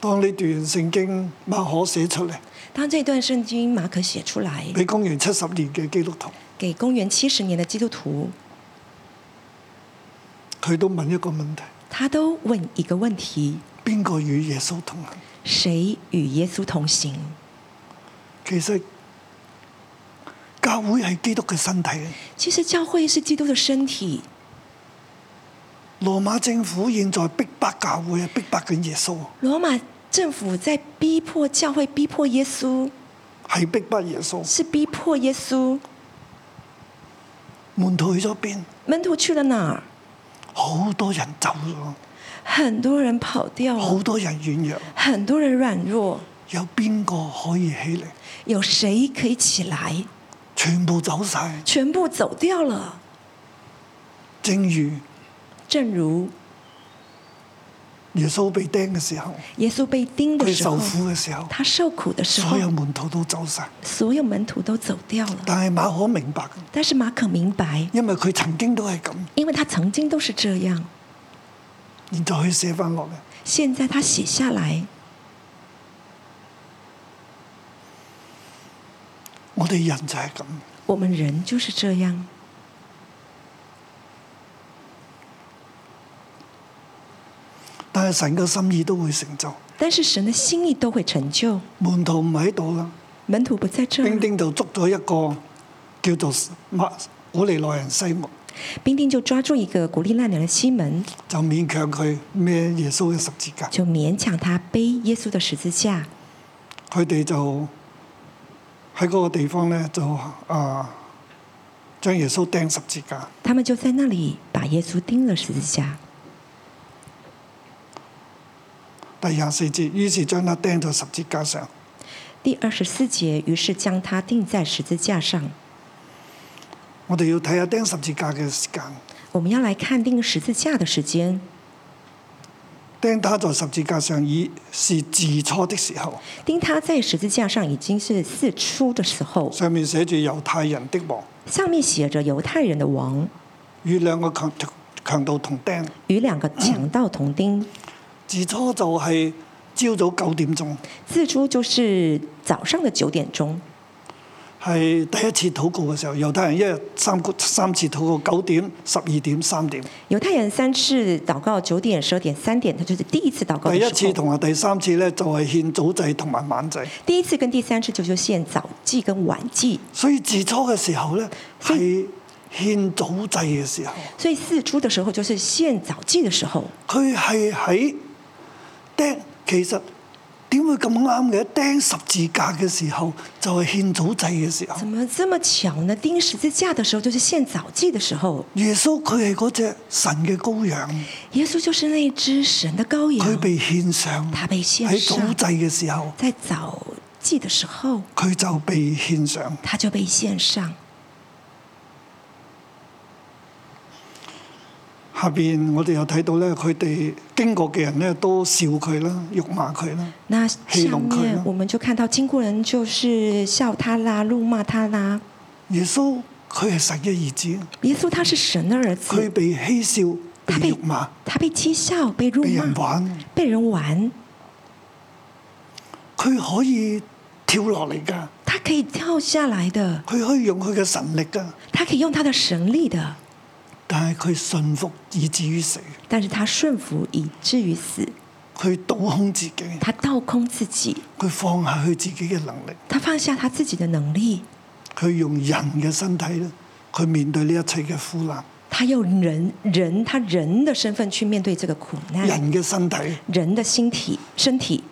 [SPEAKER 2] 當呢段聖經馬可寫出嚟，
[SPEAKER 3] 当这段圣经马可写出来，
[SPEAKER 2] 俾公元七十年嘅基督徒，
[SPEAKER 3] 给公元七十年的基督徒，
[SPEAKER 2] 佢都問一個問題：
[SPEAKER 3] 他都问一个问题：
[SPEAKER 2] 邊個與耶穌同行？
[SPEAKER 3] 谁与耶稣同行？
[SPEAKER 2] 其實教會係基督嘅身體。
[SPEAKER 3] 其实教会是基督的身体，
[SPEAKER 2] 羅馬政府現在逼迫教會，逼迫緊耶穌，
[SPEAKER 3] 罗马政府在逼迫教会，逼迫耶稣，
[SPEAKER 2] 係逼迫耶穌。
[SPEAKER 3] 是逼迫耶穌。
[SPEAKER 2] 門徒去咗邊？
[SPEAKER 3] 门徒去了哪儿？
[SPEAKER 2] 好多人走咗，
[SPEAKER 3] 很多人跑掉
[SPEAKER 2] 好
[SPEAKER 3] 了，
[SPEAKER 2] 多人軟弱，
[SPEAKER 3] 很多人软弱，
[SPEAKER 2] 有邊個可以起嚟？
[SPEAKER 3] 有谁可以起来？
[SPEAKER 2] 全部走晒，
[SPEAKER 3] 全部走掉了。
[SPEAKER 2] 正如
[SPEAKER 3] 正如
[SPEAKER 2] 耶穌被釘嘅時候，
[SPEAKER 3] 耶穌被钉的
[SPEAKER 2] 佢
[SPEAKER 3] 时
[SPEAKER 2] 受
[SPEAKER 3] 候，
[SPEAKER 2] 苦嘅時候，
[SPEAKER 3] 他受苦的时候
[SPEAKER 2] 所，有門徒都走晒。
[SPEAKER 3] 所有门徒都走掉了。
[SPEAKER 2] 但係馬可明白，
[SPEAKER 3] 但是马可明白，
[SPEAKER 2] 因為佢曾經都係咁，
[SPEAKER 3] 因为他曾经都是这樣，
[SPEAKER 2] 現在佢寫翻落嚟。
[SPEAKER 3] 现在他写下来，
[SPEAKER 2] 我哋人就係咁，
[SPEAKER 3] 我们人就是这样。
[SPEAKER 2] 但係神嘅心意都會成就。
[SPEAKER 3] 但是神的心意都会成就。
[SPEAKER 2] 門徒唔喺度啦，
[SPEAKER 3] 门徒不在这
[SPEAKER 2] 丁
[SPEAKER 3] 儿，
[SPEAKER 2] 丁就捉咗一個叫做馬古利奈人西門，
[SPEAKER 3] 冰丁就抓住一个古利奈人的西门，
[SPEAKER 2] 就勉強佢孭耶穌嘅十字架。
[SPEAKER 3] 就勉强他背耶稣的十字架。
[SPEAKER 2] 佢哋就喺嗰個地方咧，就啊將耶穌釘十字架。
[SPEAKER 3] 他们就在那里把耶稣钉了十字架。
[SPEAKER 2] 第廿四節，於是將他釘在十字架上。
[SPEAKER 3] 第二十四节，于是将他钉在十字架上。
[SPEAKER 2] 我哋要睇下釘十字架嘅時間，
[SPEAKER 3] 我们要来看定十字架的时间。
[SPEAKER 2] 釘他在十字架上已是自初的時候。
[SPEAKER 3] 钉他在十字架上已经是四初的时候，
[SPEAKER 2] 上面寫住猶太人的王，
[SPEAKER 3] 上面寫着犹太人的王
[SPEAKER 2] 與兩個強強盜同釘。
[SPEAKER 3] 与两个强盗同钉。
[SPEAKER 2] 自初就係朝早九點鐘，
[SPEAKER 3] 自初就是早上的九点钟，
[SPEAKER 2] 係第一次禱告嘅時候。猶太人一日三個三次禱告，九點、十二點、三點。
[SPEAKER 3] 犹太人三次祷告，九点、十二点、三点，他就是第一次祷告
[SPEAKER 2] 第
[SPEAKER 3] 的
[SPEAKER 2] 一
[SPEAKER 3] 时候
[SPEAKER 2] 次同埋第三次咧，就係獻早祭同埋晚祭。
[SPEAKER 3] 第一次跟第三次就是献早祭跟晚祭，
[SPEAKER 2] 所以自初嘅時候咧，
[SPEAKER 3] 所
[SPEAKER 2] 係獻早祭嘅時候，
[SPEAKER 3] 所以四初的时候就是献早祭的时候。
[SPEAKER 2] 佢係喺釘。其實點會咁啱嘅？釘十字架嘅時候就係獻早祭嘅時候
[SPEAKER 3] 怎。么这么巧呢？钉十字架的时候就是献早祭的时候，
[SPEAKER 2] 耶穌佢係嗰隻神嘅羔羊，
[SPEAKER 3] 耶稣就是那只神的羔
[SPEAKER 2] 佢
[SPEAKER 3] 羊，
[SPEAKER 2] 被獻上
[SPEAKER 3] 他被献
[SPEAKER 2] 喺早
[SPEAKER 3] 上，
[SPEAKER 2] 祭嘅時候，
[SPEAKER 3] 在早祭的时候
[SPEAKER 2] 佢就被獻上。
[SPEAKER 3] 他就被献上。
[SPEAKER 2] 下邊我哋又睇到咧，佢哋經過嘅人咧都笑佢啦，辱罵佢啦。
[SPEAKER 3] 那
[SPEAKER 2] 黑
[SPEAKER 3] 下
[SPEAKER 2] 龙坑
[SPEAKER 3] 面
[SPEAKER 2] 啊
[SPEAKER 3] 我们就看到经过人就是笑他啦，怒骂他啦。
[SPEAKER 2] 耶穌佢係神嘅兒子，
[SPEAKER 3] 耶稣他是神的儿
[SPEAKER 2] 佢
[SPEAKER 3] 子，
[SPEAKER 2] 被嬉笑、被
[SPEAKER 3] 他被
[SPEAKER 2] 辱罵、
[SPEAKER 3] 他被讥笑、被辱
[SPEAKER 2] 被人
[SPEAKER 3] 骂、
[SPEAKER 2] 玩，
[SPEAKER 3] 被人玩，
[SPEAKER 2] 佢可以跳落嚟㗎，
[SPEAKER 3] 他可以跳下来的，
[SPEAKER 2] 佢可以用佢嘅神力㗎，
[SPEAKER 3] 他可以用他的神力的，
[SPEAKER 2] 但係佢信服以至於死，
[SPEAKER 3] 但是他顺服以至于死，
[SPEAKER 2] 佢倒空自己，
[SPEAKER 3] 他倒空自己，
[SPEAKER 2] 佢放下佢自己嘅能力。
[SPEAKER 3] 他放下他自己的能力，
[SPEAKER 2] 佢用人嘅身體咧，佢面對呢一切嘅苦難，
[SPEAKER 3] 他用人人他人的身份去面对这个苦难，
[SPEAKER 2] 人嘅身體
[SPEAKER 3] 人的心体身体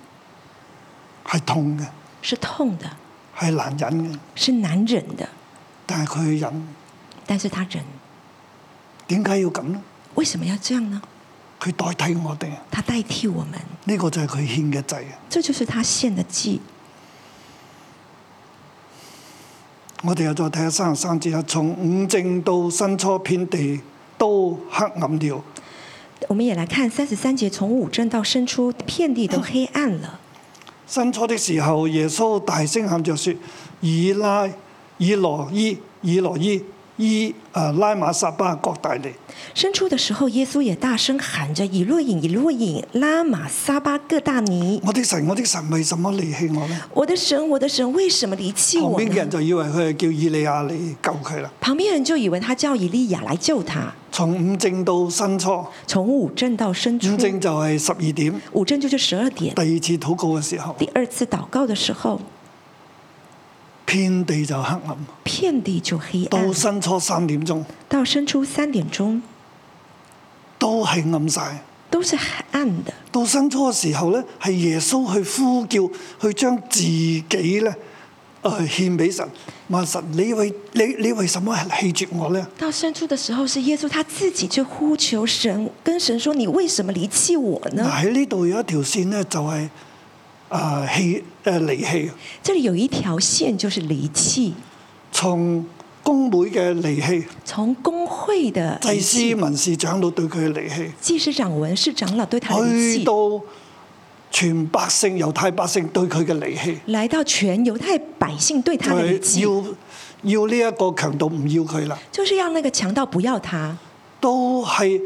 [SPEAKER 2] 係痛嘅，
[SPEAKER 3] 是痛的，
[SPEAKER 2] 係難忍嘅，
[SPEAKER 3] 是难忍的，
[SPEAKER 2] 但係佢忍，
[SPEAKER 3] 但是他忍，
[SPEAKER 2] 點解要咁呢？
[SPEAKER 3] 为什么要这样呢？
[SPEAKER 2] 佢代替我哋，呢、啊
[SPEAKER 3] 他代替我们，
[SPEAKER 2] 個就係佢獻嘅祭。啊
[SPEAKER 3] 这就是他献的祭。
[SPEAKER 2] 我哋又再睇下三十三節啦，從五正到新初，遍地都黑暗了。
[SPEAKER 3] 我们也来看三十三节，从五正到深出，遍地
[SPEAKER 2] 嗯
[SPEAKER 3] 都黑暗了。
[SPEAKER 2] 新初的時候，耶穌大聲喊着說：以拉、以羅伊、以羅伊、伊啊拉馬撒巴各大利。
[SPEAKER 3] 深出的时候，耶稣也大声喊着：“以洛隐，以洛隐，拉玛撒巴各大尼！
[SPEAKER 2] 我的神，我的神，為什麼離棄我呢？
[SPEAKER 3] 我的神，我的神，为什么离弃
[SPEAKER 2] 旁
[SPEAKER 3] 我
[SPEAKER 2] 邊嘅人
[SPEAKER 3] 呢
[SPEAKER 2] 就以為佢係叫以利亞嚟救佢啦。？”
[SPEAKER 3] 旁边人就以为他叫以利亚来救他。
[SPEAKER 2] 從五正到新初，五
[SPEAKER 3] 从五正到深出，
[SPEAKER 2] 正就係十二點，
[SPEAKER 3] 五正就是十二点
[SPEAKER 2] 第。二次禱告嘅時候，
[SPEAKER 3] 第二次祷告的时候，
[SPEAKER 2] 遍地就黑暗。
[SPEAKER 3] 遍地就黑暗
[SPEAKER 2] 到。新初三點鐘
[SPEAKER 3] 到深出三點鐘
[SPEAKER 2] 都係暗晒。
[SPEAKER 3] 都是暗的。
[SPEAKER 2] 到新初嘅時候咧，係耶穌去呼叫，去將自己咧，誒、呃、獻俾神。問神：你為你你為什麼棄絕我咧？
[SPEAKER 3] 到深处的时候，是耶稣他自己就呼求神，跟神说：“你为什么离弃我
[SPEAKER 2] 嗱
[SPEAKER 3] 呢
[SPEAKER 2] 喺呢度有一條線咧，就係誒棄誒離棄，？”
[SPEAKER 3] 这里有一条线就是离弃，
[SPEAKER 2] 從公會嘅離棄，
[SPEAKER 3] 从工会的
[SPEAKER 2] 祭
[SPEAKER 3] 离
[SPEAKER 2] 司、
[SPEAKER 3] 弃
[SPEAKER 2] 文士長老對佢嘅離棄，
[SPEAKER 3] 祭司长、文士长老对他的离
[SPEAKER 2] 去
[SPEAKER 3] 弃，
[SPEAKER 2] 到全百姓、猶太百姓對佢嘅離棄，
[SPEAKER 3] 来到全犹太百姓对他的离弃，
[SPEAKER 2] 就係要要呢一個強盜唔要佢啦。
[SPEAKER 3] 就是让那个强盗不要他。
[SPEAKER 2] 都係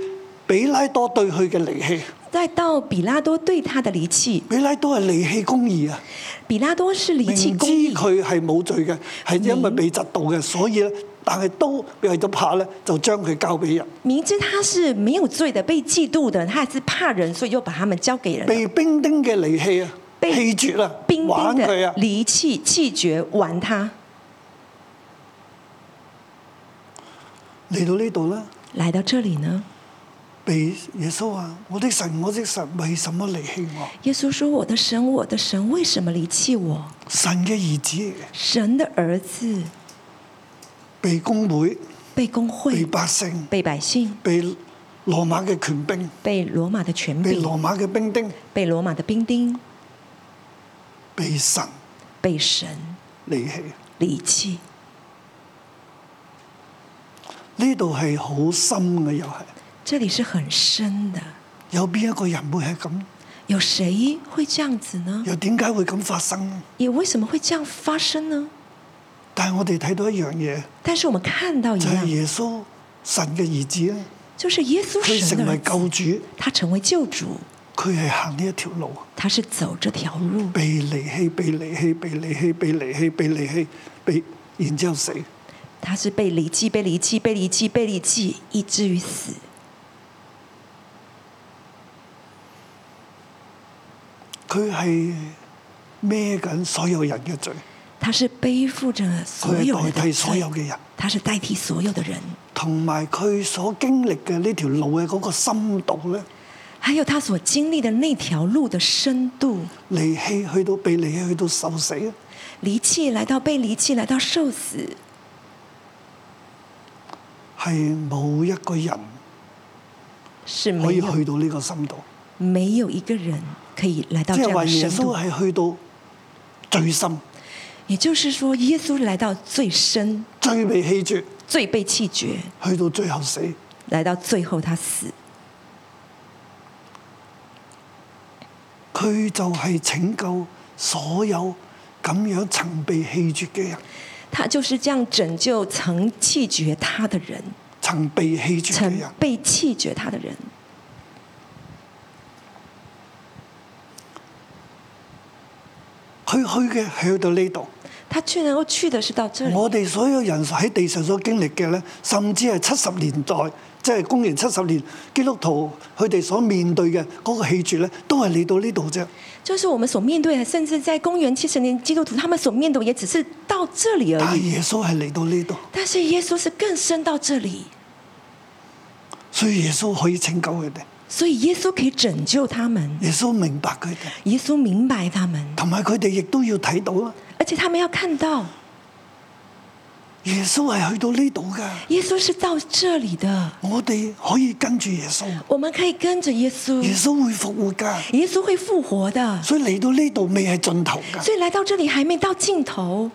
[SPEAKER 2] 比拉多對佢嘅離棄。
[SPEAKER 3] 再到比拉多对他的离弃，
[SPEAKER 2] 比拉多係離棄公義啊！
[SPEAKER 3] 比拉多是离
[SPEAKER 2] 明
[SPEAKER 3] 弃
[SPEAKER 2] 知
[SPEAKER 3] 公义，
[SPEAKER 2] 佢係冇罪嘅，係因為被窒道嘅，所以咧，但係都為咗怕咧，就將佢交俾人。
[SPEAKER 3] 明知他是没有罪的，被嫉妒的，他还是怕人，所以又把他们交给人了。
[SPEAKER 2] 被兵丁嘅離棄啊，
[SPEAKER 3] 被
[SPEAKER 2] 棄絕啊，
[SPEAKER 3] 冰
[SPEAKER 2] 玩
[SPEAKER 3] 冰
[SPEAKER 2] 佢
[SPEAKER 3] 的
[SPEAKER 2] 啊！
[SPEAKER 3] 离弃、弃绝、玩他。
[SPEAKER 2] 嚟到呢度啦，
[SPEAKER 3] 来到这里呢，
[SPEAKER 2] 被耶穌話：我的神，我的神，為什麼離棄我？
[SPEAKER 3] 耶稣说：“我的神，我的神，为什么离弃我？
[SPEAKER 2] 神嘅兒子嚟嘅，
[SPEAKER 3] 神的儿子
[SPEAKER 2] 被公會、
[SPEAKER 3] 被工
[SPEAKER 2] 被
[SPEAKER 3] 会、
[SPEAKER 2] 百姓、
[SPEAKER 3] 被百姓、
[SPEAKER 2] 被羅馬嘅權兵、
[SPEAKER 3] 被罗马的权
[SPEAKER 2] 被
[SPEAKER 3] 柄、
[SPEAKER 2] 羅馬嘅兵丁、
[SPEAKER 3] 被罗马的兵丁、
[SPEAKER 2] 被神
[SPEAKER 3] 被神
[SPEAKER 2] 離棄。
[SPEAKER 3] 离弃。
[SPEAKER 2] 呢度係好深嘅，又係
[SPEAKER 3] 这里是很深的。
[SPEAKER 2] 有邊一個人會係咁？
[SPEAKER 3] 有谁会这样子呢？
[SPEAKER 2] 又點解會咁發生？
[SPEAKER 3] 也為什么会这样发生呢？
[SPEAKER 2] 但係我哋睇到一樣嘢，
[SPEAKER 3] 但是我们看到一
[SPEAKER 2] 就係、
[SPEAKER 3] 样，
[SPEAKER 2] 耶穌神嘅兒子咧，
[SPEAKER 3] 就是耶稣
[SPEAKER 2] 佢
[SPEAKER 3] 神
[SPEAKER 2] 成
[SPEAKER 3] 的
[SPEAKER 2] 為
[SPEAKER 3] 儿子，
[SPEAKER 2] 救主，
[SPEAKER 3] 他成为救主，
[SPEAKER 2] 佢係行呢一條路，
[SPEAKER 3] 他是走这条路。
[SPEAKER 2] 被離棄、被離棄、被離棄、被離棄、被離棄、被然之後死。
[SPEAKER 3] 他是被离弃、被离弃、被离弃、被离弃，以至于死。
[SPEAKER 2] 佢係孭緊所有人嘅罪，
[SPEAKER 3] 他是背负着所
[SPEAKER 2] 佢
[SPEAKER 3] 有
[SPEAKER 2] 係
[SPEAKER 3] 人
[SPEAKER 2] 代
[SPEAKER 3] 的
[SPEAKER 2] 替所有
[SPEAKER 3] 罪，
[SPEAKER 2] 嘅人，
[SPEAKER 3] 他是代替所有的人，
[SPEAKER 2] 同埋佢所經歷嘅呢條路嘅嗰個深度咧，
[SPEAKER 3] 还有他所经历的那条路的深度。
[SPEAKER 2] 離棄去到被離棄去到受死咧。
[SPEAKER 3] 离弃来到被离弃，来到受死，
[SPEAKER 2] 係冇一個人
[SPEAKER 3] 是
[SPEAKER 2] 可
[SPEAKER 3] 没
[SPEAKER 2] 以
[SPEAKER 3] 有
[SPEAKER 2] 去到呢個深度，
[SPEAKER 3] 没有一个人可以来到
[SPEAKER 2] 即
[SPEAKER 3] 这
[SPEAKER 2] 係
[SPEAKER 3] 样
[SPEAKER 2] 話
[SPEAKER 3] 的
[SPEAKER 2] 耶
[SPEAKER 3] 深度
[SPEAKER 2] 穌。係去到最深、
[SPEAKER 3] 啊也就是说，耶稣来到最深、
[SPEAKER 2] 最被棄絕，
[SPEAKER 3] 最被弃绝，
[SPEAKER 2] 去到最後死。
[SPEAKER 3] 来到最后他死，
[SPEAKER 2] 佢就係拯救所有咁樣曾被棄絕嘅人，
[SPEAKER 3] 他就是这样拯救曾弃绝他的人，
[SPEAKER 2] 曾被棄絕嘅
[SPEAKER 3] 曾
[SPEAKER 2] 人。
[SPEAKER 3] 被弃绝他的人。
[SPEAKER 2] 佢去嘅係去到呢度，
[SPEAKER 3] 他却能够去的是到这里。
[SPEAKER 2] 我哋所有人喺地上所經歷嘅呢，甚至係七十年代，即係公元七十年基督徒佢哋所面對嘅嗰個棄絕呢，都係嚟到呢度啫。
[SPEAKER 3] 就是我们所面对的，甚至在公元七十年基督徒他们所面对的也只是到这里而
[SPEAKER 2] 但係
[SPEAKER 3] 已。
[SPEAKER 2] 耶穌係嚟到呢度，
[SPEAKER 3] 但是耶稣是更深到这里，
[SPEAKER 2] 所以耶穌可以拯救佢哋。
[SPEAKER 3] 所以耶稣可以拯救他们，
[SPEAKER 2] 耶穌明白佢哋，
[SPEAKER 3] 耶稣明白他们，
[SPEAKER 2] 同埋佢哋亦都要睇到啦。
[SPEAKER 3] 而且他们要看到
[SPEAKER 2] 耶穌係去到呢度噶，
[SPEAKER 3] 耶稣是到这里的，
[SPEAKER 2] 我哋可以跟住耶穌，
[SPEAKER 3] 我们可以跟着耶稣，
[SPEAKER 2] 耶穌會復活噶。
[SPEAKER 3] 耶稣会复活的。
[SPEAKER 2] 所以嚟到呢度未係盡頭噶，
[SPEAKER 3] 所以来到这里还没到尽头，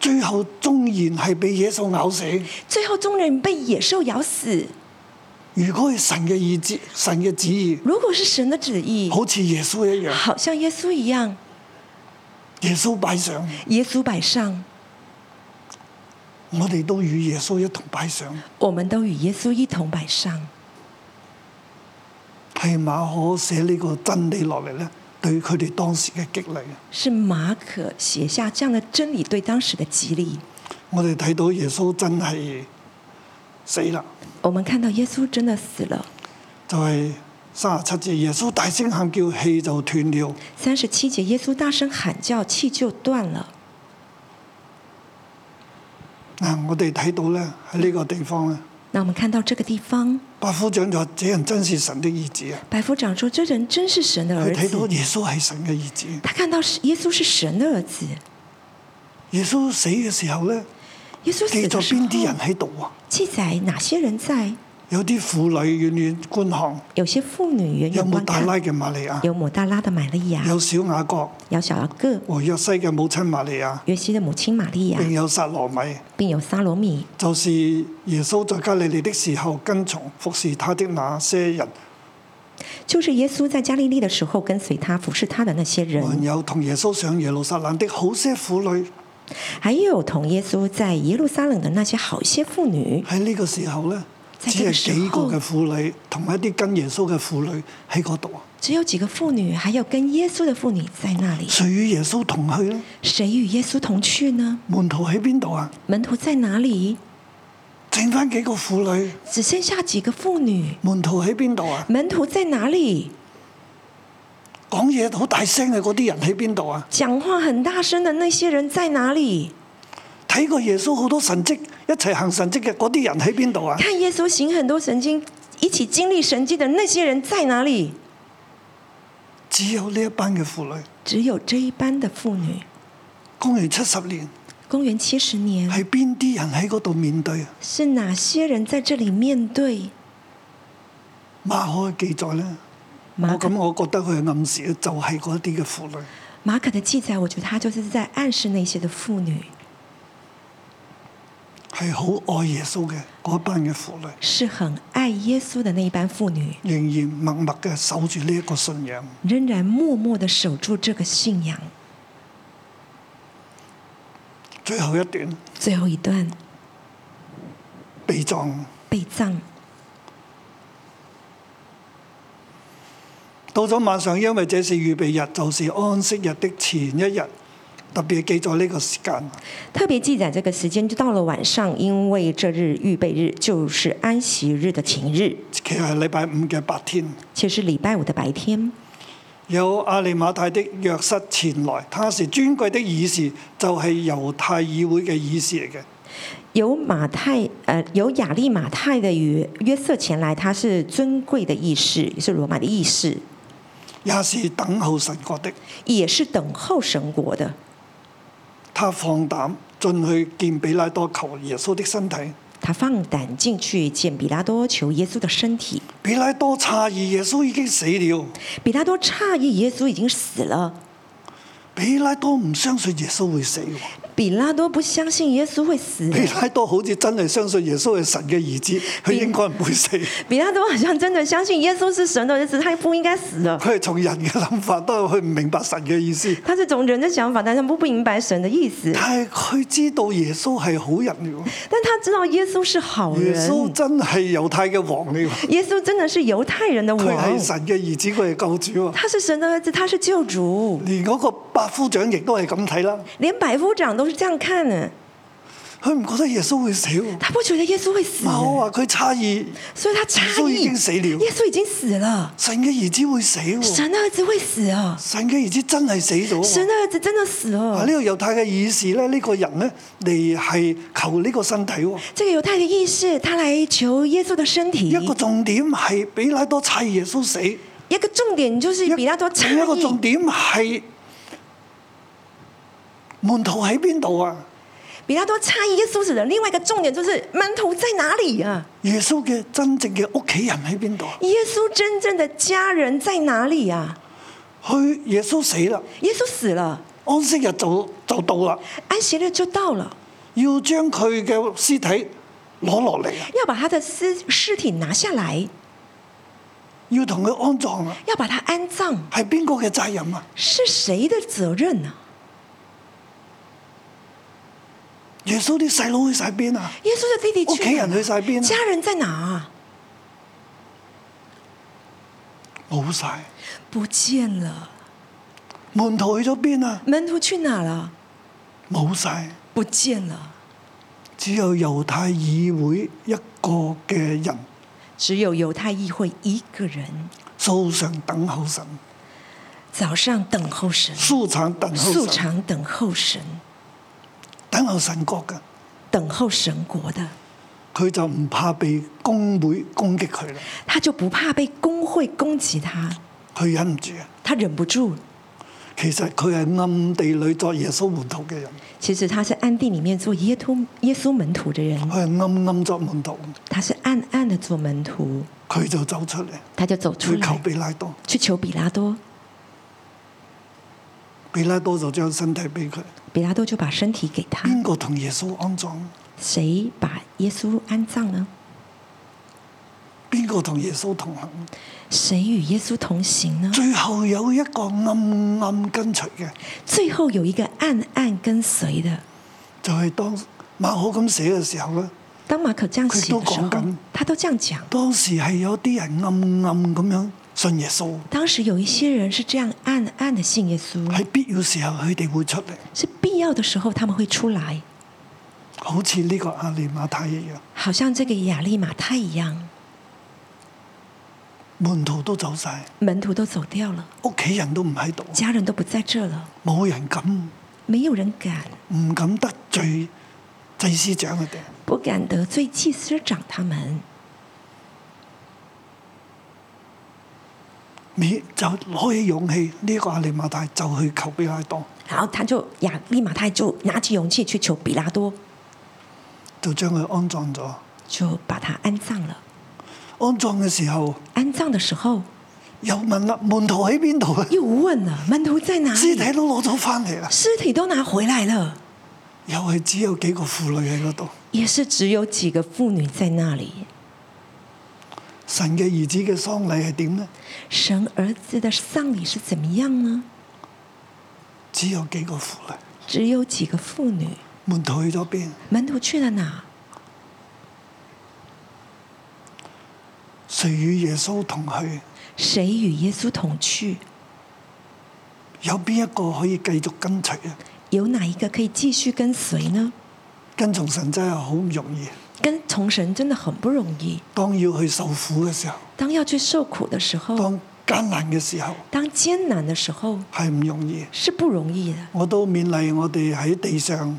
[SPEAKER 2] 最後縱然係被野獸咬死。
[SPEAKER 3] 最后众人被野兽咬死。
[SPEAKER 2] 如果係神嘅意志、神嘅旨意，
[SPEAKER 3] 如果是神的旨意，
[SPEAKER 2] 好似耶穌一樣，
[SPEAKER 3] 好像耶稣一样，
[SPEAKER 2] 耶穌擺上，
[SPEAKER 3] 耶稣摆上，
[SPEAKER 2] 我哋都與耶穌一同擺上。
[SPEAKER 3] 我们都与耶稣一同摆上。
[SPEAKER 2] 係馬可寫呢個真理落嚟咧，對佢哋當時嘅激勵。啊
[SPEAKER 3] 是马可写下这样的真理对当时的激励。
[SPEAKER 2] 我哋睇到耶穌真係死啦。
[SPEAKER 3] 我们看到耶稣真的死了。
[SPEAKER 2] 就係三十七節，耶穌大聲喊叫，氣就斷了。
[SPEAKER 3] 三十七节，耶稣大声喊叫，气就断了。
[SPEAKER 2] 嗱，我哋睇到咧喺呢個地方咧，
[SPEAKER 3] 那我们看到这个地方，
[SPEAKER 2] 百夫長就話：這人真是神的兒子啊！
[SPEAKER 3] 百夫长说：“这人真是神的儿
[SPEAKER 2] 佢睇到
[SPEAKER 3] 子。
[SPEAKER 2] 耶穌係神嘅兒子”。
[SPEAKER 3] 他看到是耶稣是神的儿子。
[SPEAKER 2] 耶穌死嘅時候咧，
[SPEAKER 3] 耶稣
[SPEAKER 2] 記咗
[SPEAKER 3] 死的时候
[SPEAKER 2] 邊啲人喺度啊？
[SPEAKER 3] 记载哪些人在？
[SPEAKER 2] 有啲婦女遠遠觀看，
[SPEAKER 3] 有些妇女远
[SPEAKER 2] 有
[SPEAKER 3] 远
[SPEAKER 2] 冇
[SPEAKER 3] 观
[SPEAKER 2] 大
[SPEAKER 3] 看，
[SPEAKER 2] 拉嘅瑪利亞？
[SPEAKER 3] 有抹大拉的玛利亚，
[SPEAKER 2] 有小雅各
[SPEAKER 3] 有小雅各、
[SPEAKER 2] 和約西嘅母親瑪利亞，
[SPEAKER 3] 约西的母亲玛利亚，
[SPEAKER 2] 並有撒羅米，
[SPEAKER 3] 并有撒罗米，
[SPEAKER 2] 就是耶穌在加利利的時候跟從服侍他的那些人，
[SPEAKER 3] 就是耶稣在加利利的时候跟随他服侍他的那些
[SPEAKER 2] 還
[SPEAKER 3] 人，
[SPEAKER 2] 有同耶穌上耶路撒冷的好些婦女。
[SPEAKER 3] 还有同耶稣在耶路撒冷的那些好些妇女。
[SPEAKER 2] 喺呢個時候呢，
[SPEAKER 3] 在
[SPEAKER 2] 只
[SPEAKER 3] 這個
[SPEAKER 2] 係幾個
[SPEAKER 3] 時候
[SPEAKER 2] 嘅婦女同埋一啲跟耶穌嘅婦女喺嗰度啊。
[SPEAKER 3] 只有几个妇女，还有跟耶稣的妇女在那里。
[SPEAKER 2] 誰與耶穌同去呢？
[SPEAKER 3] 谁与耶稣同去呢？
[SPEAKER 2] 門徒喺邊度啊？
[SPEAKER 3] 门徒在哪里？
[SPEAKER 2] 剩翻幾個婦女，
[SPEAKER 3] 只剩下几个妇女。
[SPEAKER 2] 門徒喺邊度啊？
[SPEAKER 3] 门徒在哪里？
[SPEAKER 2] 講嘢好大聲嘅嗰啲人喺邊度啊？
[SPEAKER 3] 讲话很大声的那些人在哪里？
[SPEAKER 2] 睇過耶穌好多神蹟，一齊行神蹟嘅嗰啲人喺邊度啊？
[SPEAKER 3] 看耶稣行很多神经，一起经历神迹的那些人在哪里？
[SPEAKER 2] 只有呢一班嘅婦女。
[SPEAKER 3] 只有这一班的妇女。
[SPEAKER 2] 公元七十年
[SPEAKER 3] 公元七十年，
[SPEAKER 2] 係邊啲人喺嗰度面對啊？
[SPEAKER 3] 是哪些人在这里面對
[SPEAKER 2] 馬可嘅記載呢，我
[SPEAKER 3] 马可
[SPEAKER 2] 咁我覺得佢嘅暗示就係嗰啲嘅婦女。
[SPEAKER 3] 马可的记载？我觉得他就是在暗示那些的妇女
[SPEAKER 2] 係好愛耶穌嘅嗰班嘅婦女，
[SPEAKER 3] 是很爱耶稣的那一班妇女，
[SPEAKER 2] 仍然默默嘅守住呢一個信仰。
[SPEAKER 3] 仍然默默的守住这个信仰。
[SPEAKER 2] 最後一段
[SPEAKER 3] 最后一段
[SPEAKER 2] 被葬，
[SPEAKER 3] 被葬，
[SPEAKER 2] 到咗晚上，因為這是預備日，就是安息日的前一日，特別記載呢個時間。
[SPEAKER 3] 特别记载这个时间就到了晚上，因为这日预备日就是安息日的前日，
[SPEAKER 2] 其實係禮拜五嘅白天，
[SPEAKER 3] 其实礼拜五的白天。
[SPEAKER 2] 有阿利馬太的約瑟前來，他是尊貴的議士，就係、猶太議會嘅議士嚟嘅。
[SPEAKER 3] 有马太，呃，有雅利马太的约约瑟前来，他是尊贵的义士，也是罗马的义士，
[SPEAKER 2] 也是等候神國的。
[SPEAKER 3] 也是等候神国的。
[SPEAKER 2] 他放膽進去見比拉多求耶穌的身體。
[SPEAKER 3] 他放胆进去见比拉多，求耶稣的身体。
[SPEAKER 2] 比拉多詫異耶穌已經死了，
[SPEAKER 3] 比拉多诧异，耶稣已经死了。
[SPEAKER 2] 比拉多唔相信耶穌會死喎。
[SPEAKER 3] 比拉多不相信耶稣会死，
[SPEAKER 2] 比拉多好似真係相信耶穌係神嘅兒子，佢應該唔會死。
[SPEAKER 3] 比拉多好像真的相信耶稣是神的儿子，他不应该死的。
[SPEAKER 2] 佢係從人嘅諗法，都係佢唔明白神嘅意思。
[SPEAKER 3] 他是从人的想法，但他不不明白神的意思。
[SPEAKER 2] 但係佢知道耶穌係好人嚟
[SPEAKER 3] 但他知道耶穌是好
[SPEAKER 2] 喎，耶穌
[SPEAKER 3] 人，
[SPEAKER 2] 真係猶太嘅王嚟喎，
[SPEAKER 3] 耶穌真的是猶太人的
[SPEAKER 2] 佢係
[SPEAKER 3] 王。
[SPEAKER 2] 神嘅兒子，佢係救主喎。
[SPEAKER 3] 他是神的儿子，他是救主，
[SPEAKER 2] 連嗰個百夫長亦都係咁睇啦，
[SPEAKER 3] 连百夫长都是这样看的。
[SPEAKER 2] 佢唔覺得耶穌會死喎。
[SPEAKER 3] 他不觉得耶稣会死，
[SPEAKER 2] 馬可話佢詫異
[SPEAKER 3] 所以他诧
[SPEAKER 2] 啊耶穌已
[SPEAKER 3] 异，
[SPEAKER 2] 经死了
[SPEAKER 3] 耶稣已经死了，
[SPEAKER 2] 神嘅兒子會死喎，
[SPEAKER 3] 神的儿子会死啊！
[SPEAKER 2] 神嘅兒子真係死咗喎。
[SPEAKER 3] 神的儿子真的死
[SPEAKER 2] 啊！
[SPEAKER 3] 了
[SPEAKER 2] 呢。個猶太嘅議士咧，呢、個人咧嚟係求呢個身體喎。
[SPEAKER 3] 这个犹太的意识，他来求耶稣的身体。
[SPEAKER 2] 一個重點係比拉多猜耶穌死，一
[SPEAKER 3] 一个重点就是比拉多诧
[SPEAKER 2] 另一個重
[SPEAKER 3] 异，
[SPEAKER 2] 點係門徒喺邊度啊？
[SPEAKER 3] 比拉多诧异耶稣死了。另外一个重点就是门徒在哪里啊？
[SPEAKER 2] 耶穌嘅真正嘅屋企人喺邊度啊？
[SPEAKER 3] 耶稣真正的家人在哪里啊？
[SPEAKER 2] 佢耶穌死啦，
[SPEAKER 3] 耶稣死了，
[SPEAKER 2] 安息日就就到啦，
[SPEAKER 3] 安息日就到了，
[SPEAKER 2] 要將佢嘅屍體攞落嚟啊，
[SPEAKER 3] 要把他的尸尸体拿下来。
[SPEAKER 2] 要同佢安葬啊，
[SPEAKER 3] 要把它安葬，
[SPEAKER 2] 係邊個嘅責任啊？
[SPEAKER 3] 是谁的责任呢、
[SPEAKER 2] 耶穌啲細佬去晒邊啊？
[SPEAKER 3] 耶稣的弟弟
[SPEAKER 2] 屋
[SPEAKER 3] 去
[SPEAKER 2] 企
[SPEAKER 3] 哪
[SPEAKER 2] 人去晒邊啊？
[SPEAKER 3] 家人在哪啊？
[SPEAKER 2] 冇晒，
[SPEAKER 3] 不见了，
[SPEAKER 2] 門徒去咗邊啊？
[SPEAKER 3] 门徒去哪了？
[SPEAKER 2] 冇晒。
[SPEAKER 3] 不见了，
[SPEAKER 2] 只有猶太議會一個嘅人
[SPEAKER 3] 只有犹太议会一个人
[SPEAKER 2] 素常等候神，
[SPEAKER 3] 早上等候神，
[SPEAKER 2] 素常等
[SPEAKER 3] 素
[SPEAKER 2] 候神，
[SPEAKER 3] 常等候神，
[SPEAKER 2] 等候神國嘅。
[SPEAKER 3] 等候神国的，
[SPEAKER 2] 佢就唔怕被工會攻擊佢啦，
[SPEAKER 3] 他就不怕被工会攻击他，
[SPEAKER 2] 佢忍唔住啊！
[SPEAKER 3] 他忍不住。
[SPEAKER 2] 其實佢係暗地裏作耶穌門徒嘅人，
[SPEAKER 3] 其实他是暗地里面做耶稣耶稣门徒的人，
[SPEAKER 2] 佢係暗暗作門徒，
[SPEAKER 3] 他是暗暗的做门徒，
[SPEAKER 2] 佢就走出嚟
[SPEAKER 3] 他就走出
[SPEAKER 2] 去求
[SPEAKER 3] 来
[SPEAKER 2] 比拉多，
[SPEAKER 3] 去求比拉多，
[SPEAKER 2] 比拉多就將身體俾佢。
[SPEAKER 3] 比拉多就把身体给他。
[SPEAKER 2] 邊個同耶穌安葬？
[SPEAKER 3] 谁把耶稣安葬呢？
[SPEAKER 2] 邊個同耶穌同行？
[SPEAKER 3] 谁与耶稣同行呢？
[SPEAKER 2] 最後有一個暗暗跟隨嘅，
[SPEAKER 3] 最后有一个暗暗跟随的。
[SPEAKER 2] 就係、當馬可咁寫嘅時候咧，
[SPEAKER 3] 当马可这样写的时
[SPEAKER 2] 佢都讲
[SPEAKER 3] 候
[SPEAKER 2] 紧，
[SPEAKER 3] 他都这样讲。
[SPEAKER 2] 當時係有啲人暗暗咁樣信耶穌，
[SPEAKER 3] 当时有一些人是这样暗暗的信耶稣，
[SPEAKER 2] 喺必要時候佢哋會出嚟，
[SPEAKER 3] 是必要的时候他们会出来，
[SPEAKER 2] 好似呢個阿利馬太一樣，
[SPEAKER 3] 好像这个亚利马太一样，
[SPEAKER 2] 門徒都走晒，
[SPEAKER 3] 门徒都走掉了，
[SPEAKER 2] 屋企人都唔喺度，
[SPEAKER 3] 家人都不在这了，
[SPEAKER 2] 冇人敢
[SPEAKER 3] 没有人敢，
[SPEAKER 2] 唔敢得罪祭司長佢哋，
[SPEAKER 3] 不敢得罪祭司长他们，
[SPEAKER 2] 你就攞起勇氣，呢、個阿利馬太就去求比拉多，
[SPEAKER 3] 然后他就亚利马太就拿起勇气去求比拉多，
[SPEAKER 2] 就將佢安葬咗。
[SPEAKER 3] 就把他安葬了。
[SPEAKER 2] 安葬嘅時候
[SPEAKER 3] 安葬的时候
[SPEAKER 2] 又問啦，門徒喺邊度啊？ (laughs)
[SPEAKER 3] 又问了，门徒在哪
[SPEAKER 2] 屍體
[SPEAKER 3] 里？
[SPEAKER 2] 都攞咗翻嚟啦，
[SPEAKER 3] 尸体都拿回来了，
[SPEAKER 2] 又係只有幾個婦女喺嗰度。
[SPEAKER 3] 也是只有几个妇女在那里。
[SPEAKER 2] 神嘅兒子嘅喪禮係點呢？
[SPEAKER 3] 神儿子的丧礼是怎么样呢？
[SPEAKER 2] 只有幾個婦女，
[SPEAKER 3] 只有几个妇女，
[SPEAKER 2] 門徒去咗邊？
[SPEAKER 3] 门徒去了哪？
[SPEAKER 2] 誰與耶穌同去？
[SPEAKER 3] 谁与耶稣同去？
[SPEAKER 2] 有邊一個可以繼續跟隨啊？
[SPEAKER 3] 有哪一个可以繼續跟隨呢？
[SPEAKER 2] 跟從神真係好唔容易。
[SPEAKER 3] 跟从神真的很不容易。
[SPEAKER 2] 當要去受苦嘅時候，
[SPEAKER 3] 当要去受苦的时候，
[SPEAKER 2] 當艱難嘅時候，
[SPEAKER 3] 当艰難的时候
[SPEAKER 2] 係唔容易。
[SPEAKER 3] 是不容易的。
[SPEAKER 2] 我都勉勵我哋喺地上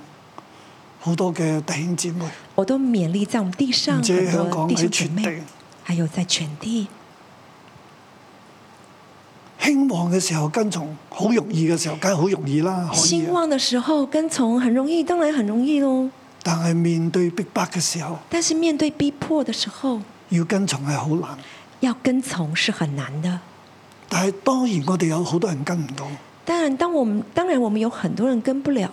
[SPEAKER 2] 好多嘅弟兄姊妹，
[SPEAKER 3] 我都勉励在我们地上
[SPEAKER 2] 唔止
[SPEAKER 3] 很
[SPEAKER 2] 香
[SPEAKER 3] 多
[SPEAKER 2] 港
[SPEAKER 3] 弟
[SPEAKER 2] 喺
[SPEAKER 3] 兄姐
[SPEAKER 2] 全
[SPEAKER 3] 妹
[SPEAKER 2] 地，
[SPEAKER 3] 还有在全地
[SPEAKER 2] 興旺嘅時候跟從，好容易嘅時候梗係好容易啦，可以
[SPEAKER 3] 兴
[SPEAKER 2] 啊。
[SPEAKER 3] 旺的时候跟从很容易，当然很容易喽。
[SPEAKER 2] 但係面對逼迫嘅時候，
[SPEAKER 3] 但是面对逼迫的时候，
[SPEAKER 2] 要跟從係好難。
[SPEAKER 3] 要跟從是很难的。
[SPEAKER 2] 但係當然我哋有好多人跟唔到，
[SPEAKER 3] 当然，当我们当然我们有很多人跟不了，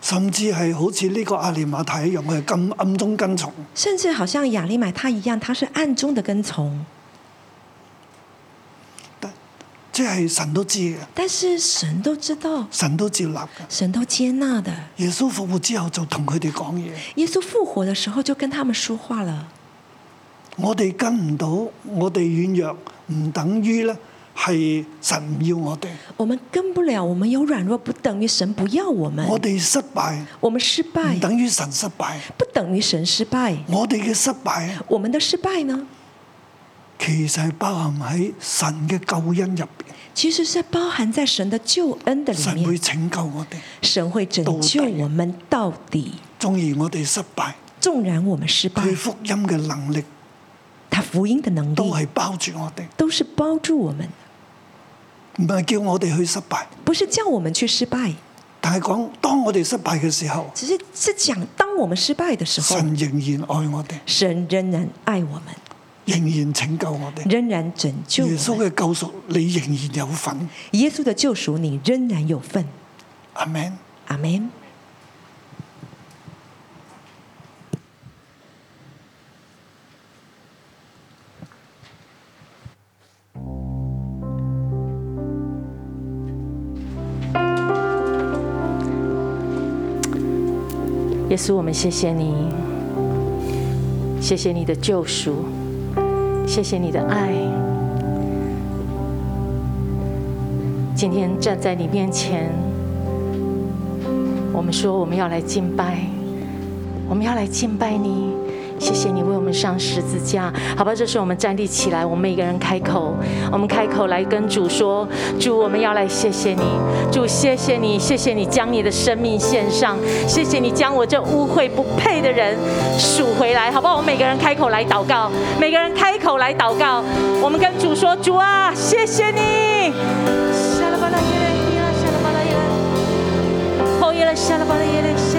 [SPEAKER 2] 甚至係好似呢個阿利馬太一樣，佢係咁暗中跟從。
[SPEAKER 3] 甚至好像亚利买他一样，他是暗中的跟从。
[SPEAKER 2] 即係神都知嘅，
[SPEAKER 3] 但是神都知道，
[SPEAKER 2] 神都接納嘅。
[SPEAKER 3] 神都接纳的。
[SPEAKER 2] 耶穌復活之後就同佢哋講嘢，
[SPEAKER 3] 耶稣复活的时候就跟他们说话了。
[SPEAKER 2] 我哋跟唔到，我哋軟弱，唔等於呢係神唔要我哋，
[SPEAKER 3] 我们跟不了，我们有软弱，不等于神不要我们。
[SPEAKER 2] 我哋失敗
[SPEAKER 3] 我们失
[SPEAKER 2] 唔
[SPEAKER 3] 败，
[SPEAKER 2] 等於神失敗，
[SPEAKER 3] 不等于神失败。
[SPEAKER 2] 我哋嘅失敗
[SPEAKER 3] 我们的失敗呢，
[SPEAKER 2] 其實係包含喺神嘅救恩入邊，
[SPEAKER 3] 其实是包含在神的救恩的里
[SPEAKER 2] 神會
[SPEAKER 3] 面。
[SPEAKER 2] 拯救我哋。
[SPEAKER 3] 神会拯救我们到底，
[SPEAKER 2] 縱然我哋失敗，
[SPEAKER 3] 纵然我们失败，
[SPEAKER 2] 佢福音嘅能力
[SPEAKER 3] 他福音的能
[SPEAKER 2] 都
[SPEAKER 3] 力
[SPEAKER 2] 係包住我哋，
[SPEAKER 3] 都是包住我们，
[SPEAKER 2] 唔係叫我哋去失敗。
[SPEAKER 3] 不是叫我们去失败，
[SPEAKER 2] 但係講當我哋失敗嘅時候，
[SPEAKER 3] 只是是讲当我们失败的时候，
[SPEAKER 2] 神仍然愛我哋，
[SPEAKER 3] 神仍然爱我们，
[SPEAKER 2] 仍然拯救我哋。
[SPEAKER 3] 仍然拯救我
[SPEAKER 2] 耶
[SPEAKER 3] 们。
[SPEAKER 2] 穌嘅救贖，你仍然有份。
[SPEAKER 3] 耶稣的救赎，你仍然有份。
[SPEAKER 2] 阿 Man，
[SPEAKER 3] 阿门。
[SPEAKER 4] 耶稣，我们谢谢你，谢谢你的救赎，谢谢你的爱。今天站在你面前，我们说我们要来敬拜，我们要来敬拜你，谢谢你为我们上十字架，好吧？这时候我们站立起来，我们每个人开口，我们开口来跟主说：主，我们要来谢谢你，主，谢谢你，谢谢你将你的生命献上，谢谢你将我这污秽不配的人赎回来，好不好？我们每个人开口来祷告，每个人开口来祷告，我们跟主说：主啊，谢谢你。沙拉巴拉耶勒耶拉沙拉巴拉耶勒哦耶勒沙拉巴拉耶勒谢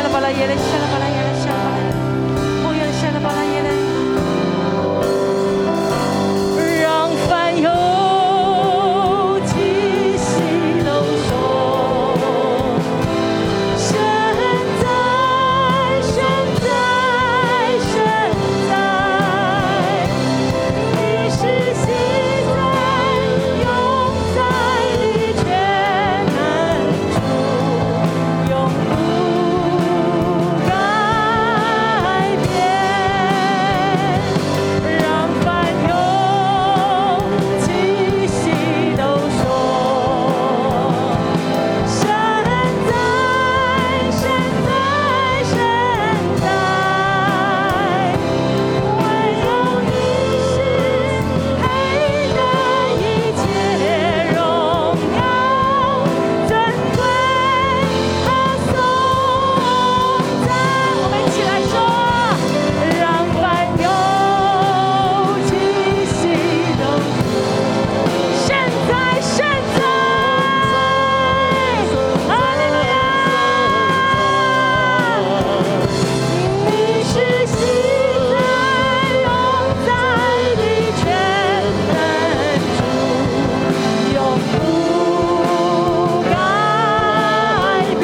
[SPEAKER 4] 拉巴拉耶勒 Şalabalayele, şalabalayele, şalabalayele. Bu yıl şalabalayele. 让凡有气息都说，神在，神在，神在。你是昔在、永在的全能主，永不改变。让凡有气息都说。神在，神在，神在，温柔你是配得一切荣耀，尊贵和颂赞。我们一起来说，让万有气息都。现在，现在，阿利路亚！你是昔在、永在的全能主，永不改变，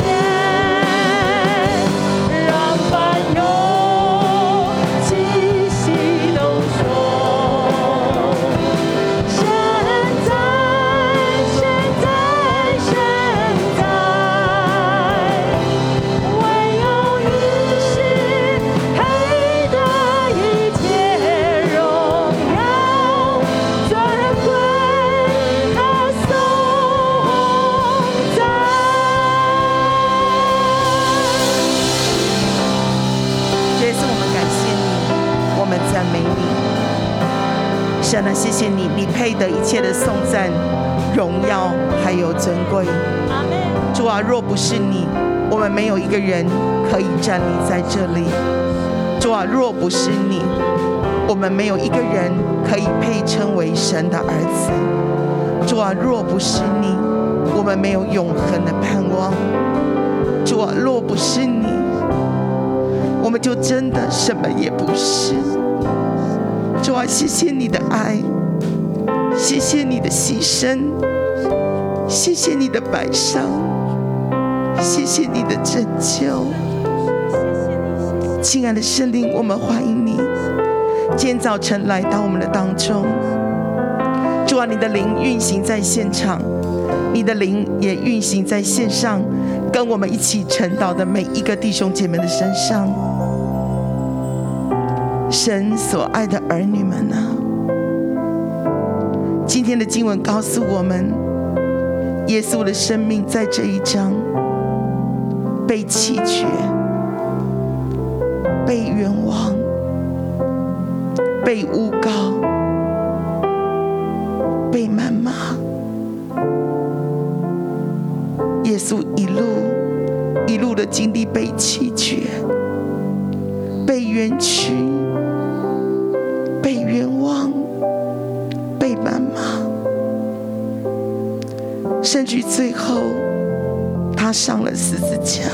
[SPEAKER 4] 让凡有气息都说。身在，身在，身在，唯有你是配得一切荣耀、尊贵和颂赞。
[SPEAKER 5] 这次我们感谢你，我们赞美你。神啊，谢谢你，你配得一切的颂赞、荣耀还有尊贵。
[SPEAKER 4] 阿门。
[SPEAKER 5] 主啊，若不是你，我们没有一个人可以站立在这里。主啊，若不是你，我们没有一个人可以配称为神的儿子。主啊，若不是你，我们没有永恒的盼望。主啊，若不是你，我们就真的什么也不是。主啊，谢谢你的爱，谢谢你的牺牲，谢谢你的摆上。谢谢你的拯救。亲爱的圣灵，我们欢迎你，今天早晨来到我们的当中。主啊，你的灵运行在现场，你的灵也运行在线上，跟我们一起晨祷的每一个弟兄姐妹的身上。神所爱的儿女们啊，今天的经文告诉我们，耶稣的生命在这一章。被弃绝、被冤枉、被诬告、被谩骂。耶稣一路一路的经历被弃绝、被冤屈、被冤枉、被谩骂，甚至于最后。他上了十字架。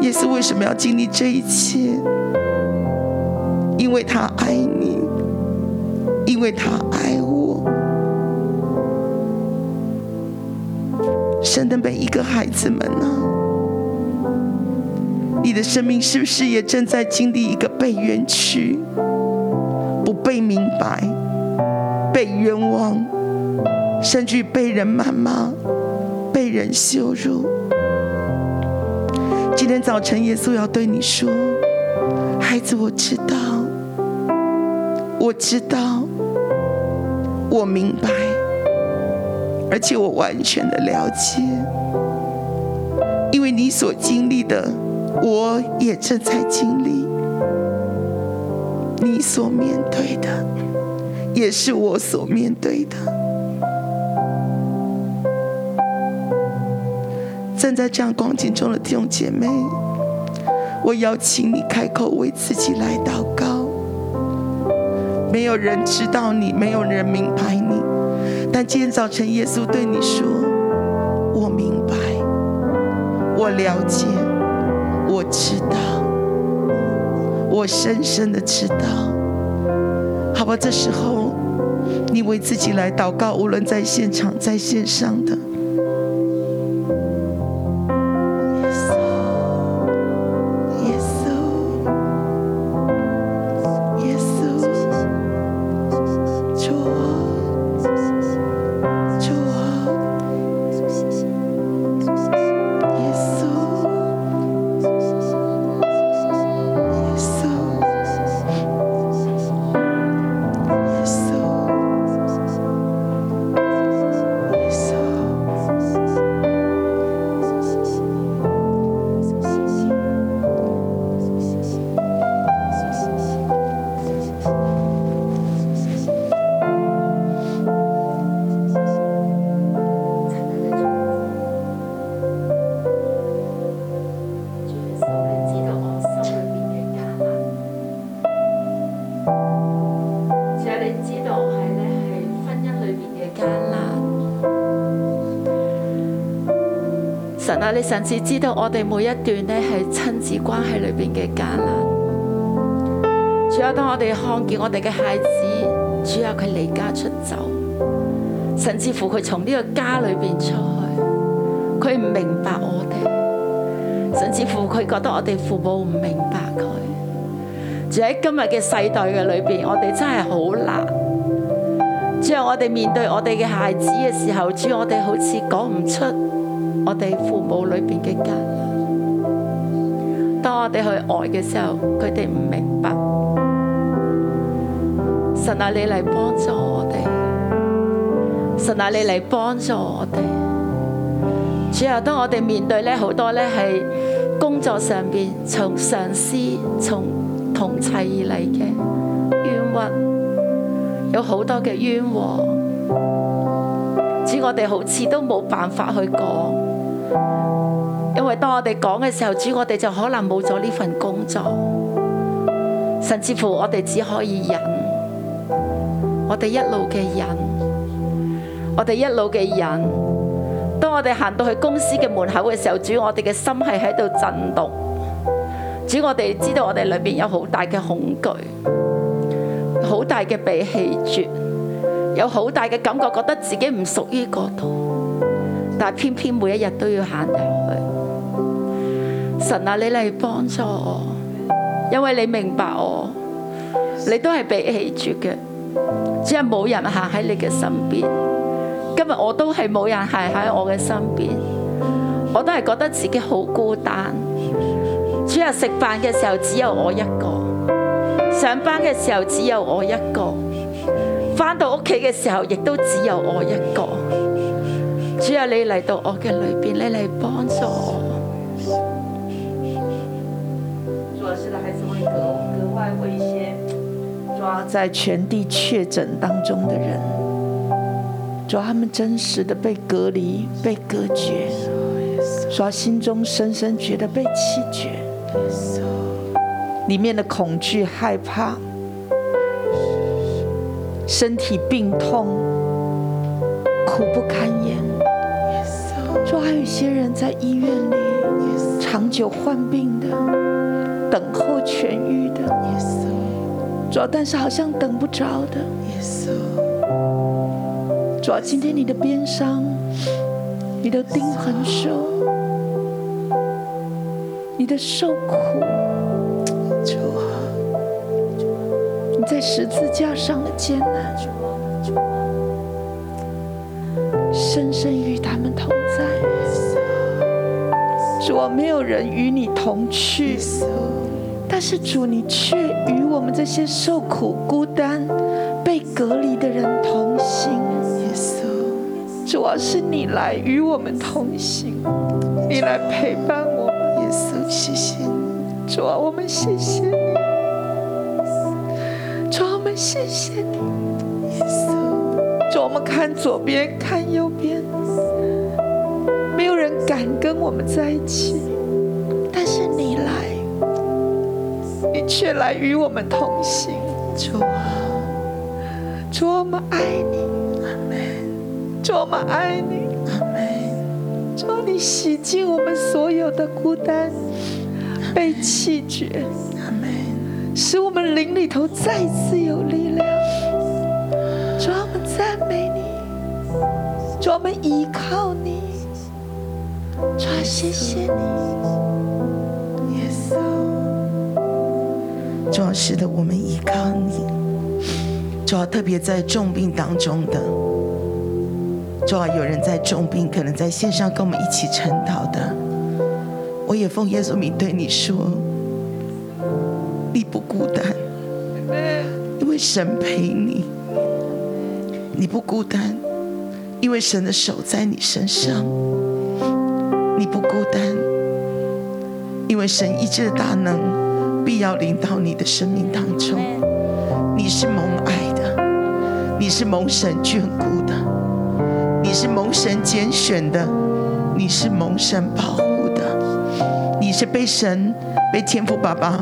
[SPEAKER 5] 耶稣为什么要经历这一切？因为他爱你，因为他爱我。神的每一个孩子们呢、你的生命是不是也正在经历一个被冤屈、不被明白、被冤枉？甚至被人谩骂、被人羞辱。今天早晨，耶稣要对你说：“孩子，我知道，我知道，我明白，而且我完全的了解，因为你所经历的，我也正在经历；你所面对的，也是我所面对的。站在这样光景中的弟兄姐妹，我邀请你开口为自己来祷告。没有人知道你，没有人明白你，但今天早晨耶稣对你说：“我明白，我了解，我知道，我深深的知道。”好吧，这时候你为自己来祷告，无论在现场在线上的。耶稣，耶稣，主啊，主啊，耶稣，耶稣，耶稣，耶稣。
[SPEAKER 6] 主啊，你知道係咧係婚姻裏邊嘅艱難。神啊，你甚至知道我哋每一段咧係親子關係裏邊嘅艱難。主啊，當我哋看見我哋嘅孩子，主啊佢離家出走，甚至乎佢從呢個家裏邊出去，佢唔明白我哋，甚至乎佢覺得我哋父母唔明白佢。住喺今日嘅世代嘅裏邊，我哋真係好難。主啊，我哋面對我哋嘅孩子嘅時候，主啊我哋好似講唔出我哋父母裏邊嘅艱難。當我哋去愛嘅時候，佢哋唔明白。神啊，你嚟幫助我哋！神啊，你嚟幫助我哋！主啊，當我哋面對咧好多咧係工作上邊從上司、從同妻而嚟嘅冤屈，有好多嘅冤枉。主，我哋好似都冇辦法去講，因為當我哋講嘅時候，主我哋就可能冇咗呢份工作，甚至乎我哋只可以忍，我哋一路嘅忍，我哋一路嘅忍。當我哋行到去公司嘅門口嘅時候，主我哋嘅心係喺度震動。主我哋知道我哋裏邊有好大嘅恐懼，好大嘅被棄絕，有好大嘅感覺，覺得自己唔屬於嗰度。但係偏偏每一日都要行入去。神啊，你嚟幫助我，因為你明白我，你都係被棄絕嘅，只係冇人行喺你嘅身邊。今日我都係冇人行喺我嘅身邊，我都係覺得自己好孤單。主日食飯嘅時候只有我一個，上班嘅時候只有我一個，翻到屋企嘅時候亦都只有我一個。主日你嚟到我嘅裏邊，你嚟幫助我。
[SPEAKER 7] 主要是的孩子会格格外为一些抓在全地确诊当中的人，主要他们真实的被隔离、被隔绝，主要心中深深觉得被弃绝，里面的恐惧、害怕，身体病痛，苦不堪言。主要还有一些人在医院里长久患病的。等候痊愈的，主要但是好像等不着的，主要今天你的鞭伤，你的钉痕手，你的受苦，主啊，你在十字架上的艰难，深深与他们同在。主啊，没有人与你同去。但是主，你却与我们这些受苦、孤单、被隔离的人同行。
[SPEAKER 8] 主啊，是你来与我们同行，你来陪伴我们。耶稣，谢谢你，主啊，我们谢谢你，主啊，我们谢谢你，耶稣，主啊，我们看左边，看右边，没有人敢跟我们在一起，但是你来，你却来与我们同行，主啊，主啊，我们爱你。主，啊我们爱你，主，啊你洗净我们所有的孤单、被弃绝，使我们灵里头再次有力量。主，啊我们赞美你，主，啊我们依靠你，主，
[SPEAKER 5] 啊
[SPEAKER 8] 谢谢你，
[SPEAKER 5] 耶稣，主要使得我们依靠你，主啊要特别在重病当中的，主啊要有人在重病，可能在线上跟我们一起晨祷的，我也奉耶稣名对你说，你不孤单，因为神陪你，你不孤单，因为神的手在你身上，你不孤单。因为神医治的大能必要临到你的生命当中。你是蒙爱的，你是蒙神眷顾的，你是蒙神拣选的，你是蒙神保护的，你是被神、被天父爸爸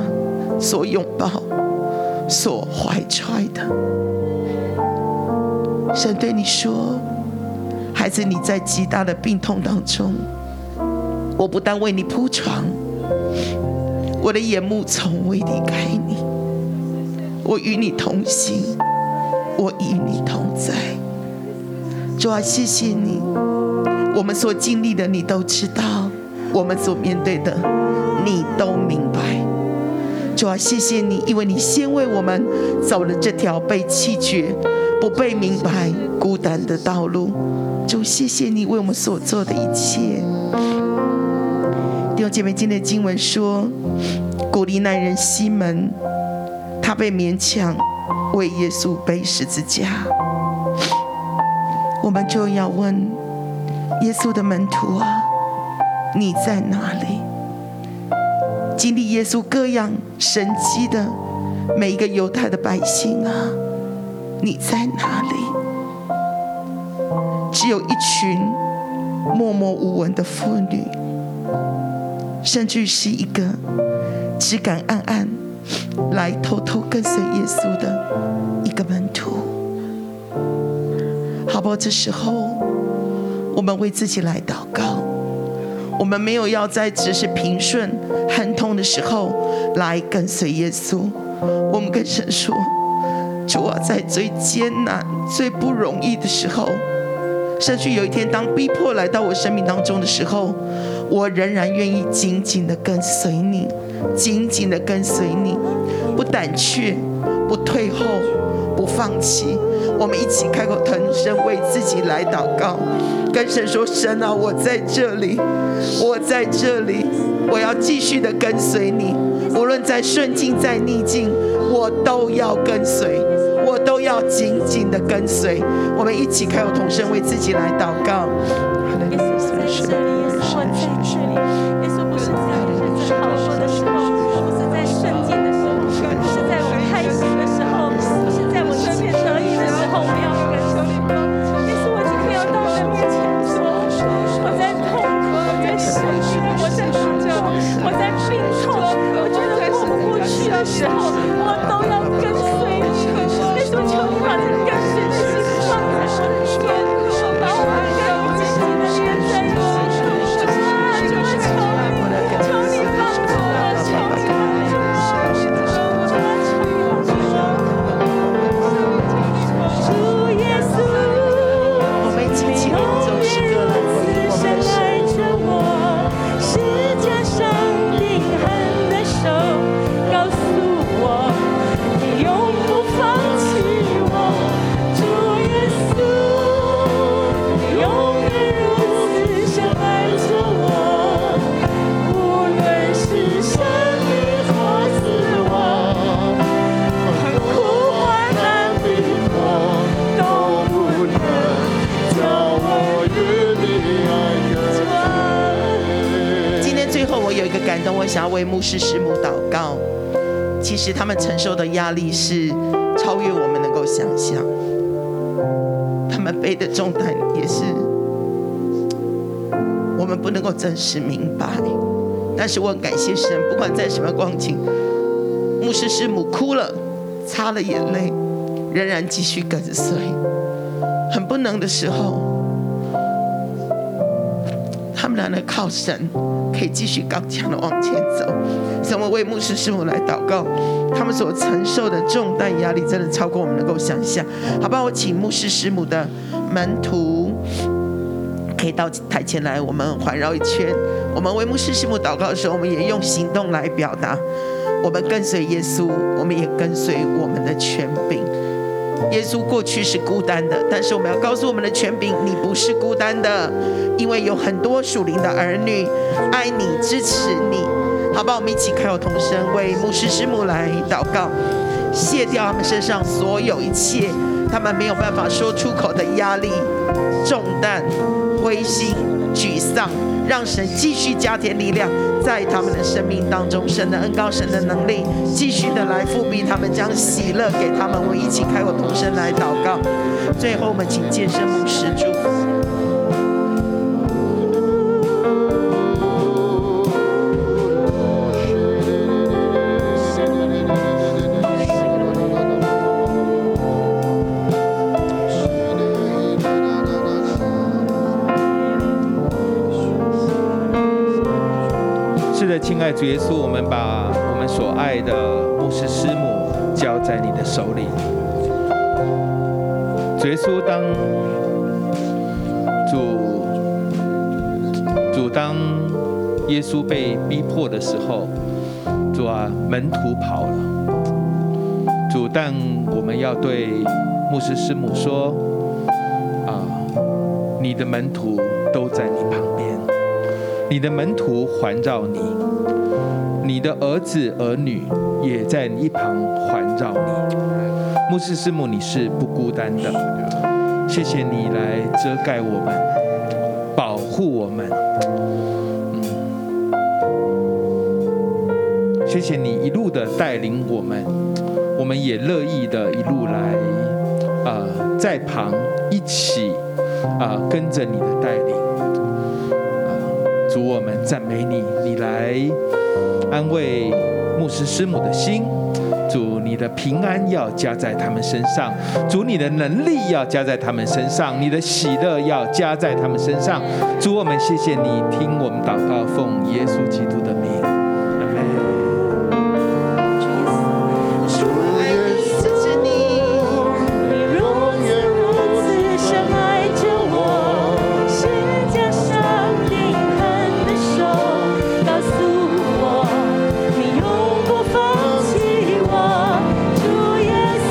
[SPEAKER 5] 所拥抱、所怀揣的。神对你说：“孩子，你在极大的病痛当中，我不但为你铺床。”我的眼目从未离开你，我与你同行，我与你同在。主啊，谢谢你，我们所经历的你都知道，我们所面对的你都明白。主啊，谢谢你，因为你先为我们走了这条被弃绝、不被明白、孤单的道路。主，谢谢你为我们所做的一切。弟兄姐妹，今天的经文说，古利奈人西门，他被勉强为耶稣背十字架。我们就要问耶稣的门徒啊，你在哪里？经历耶稣各样神迹的每一个犹太的百姓啊，你在哪里？只有一群默默无闻的妇女。甚至是一个只敢暗暗来偷偷跟随耶稣的一个门徒，好不好？这时候，我们为自己来祷告，我们没有要在只是平顺、亨通的时候来跟随耶稣，我们跟神说：“主啊，在最艰难、最不容易的时候，甚至有一天，当逼迫来到我生命当中的时候，我仍然愿意紧紧的跟随你，紧紧的跟随你，不胆怯，不退后，不放弃。我们一起开口腾声为自己来祷告，跟神说：“神啊，我在这里，我在这里，我要继续的跟随你，无论在顺境，在逆境，我都要跟随。”我都要紧紧的跟随，我们一起开口同声为自己来祷告。哈
[SPEAKER 4] 耶
[SPEAKER 5] 利路
[SPEAKER 4] 稣
[SPEAKER 5] 亚
[SPEAKER 4] 在这里，耶稣我在这里，耶稣不是在我日子好过的时候，不是在顺境的时候，不是在我开心的时候，不是在我分别得意的时候，我要跟随你。耶稣，我今天要到你的面前说，我在痛苦，我在失意，我在诅咒，我在病痛，我觉得过不过去的时候，我都要跟随你。耶稣，求你把这跟随的心放在我里面，把我们跟你紧紧的连在一起。主啊，主啊，求你，求你帮助我，求你帮助我，主啊，求你帮助我。主耶稣，
[SPEAKER 5] 我们一起起立，总是歌来回应我们的神。
[SPEAKER 4] 爱着我，世界上定狠的手告诉我，你永
[SPEAKER 5] 霞为牧师师母祷告，其实他们承受的压力是超越我们能够想象，他们背的重担也是我们不能够真实明白。但是我很感谢神，不管在什么光景，牧师师母哭了，擦了眼泪，仍然继续跟随。很不能的时候，他们俩能靠神，可以继续刚强的往前走。神，我为牧师师母来祷告，他们所承受的重担压力真的超过我们能够想象，好不好？我请牧师师母的门徒可以到台前来，我们环绕一圈。我们为牧师师母祷告的时候，我们也用行动来表达，我们跟随耶稣，我们也跟随我们的权柄。耶稣过去是孤单的，但是我们要告诉我们的权柄，你不是孤单的，因为有很多属灵的儿女爱你、支持你，好吧？我们一起开口同声为牧师师母来祷告，卸掉他们身上所有一切他们没有办法说出口的压力、重担、灰心、沮丧，让神继续加添力量在他们的生命当中。神的恩高，神的能力，继续的来复辟他们，将喜乐给他们。我们一起开口同声来祷告。最后，我们请健身牧师祝福。
[SPEAKER 9] 是的，亲爱的主耶稣，我们把我们所爱的牧师师母交在你的手里。主耶稣，当主主当耶稣被逼迫的时候，主啊，门徒跑了。主，但我们要对牧师师母说，啊，你的门徒都在你旁边。你的门徒环绕你，你的儿子儿女也在你一旁环绕你。牧师师母，你是不孤单的，谢谢你来遮盖我们，保护我们。嗯，谢谢你一路的带领我们，我们也乐意的一路来，呃，在旁一起，啊、跟着你的带领。主，我们赞美你，你来安慰牧师师母的心。主，你的平安要加在他们身上；主，你的能力要加在他们身上；你的喜乐要加在他们身上。主，我们谢谢你，听我们祷告，奉耶稣基督的名。
[SPEAKER 5] 主爱你，支持你。
[SPEAKER 10] 永远如此深爱着我，是将上帝hand 的手告诉我，你永不放弃我。主耶稣，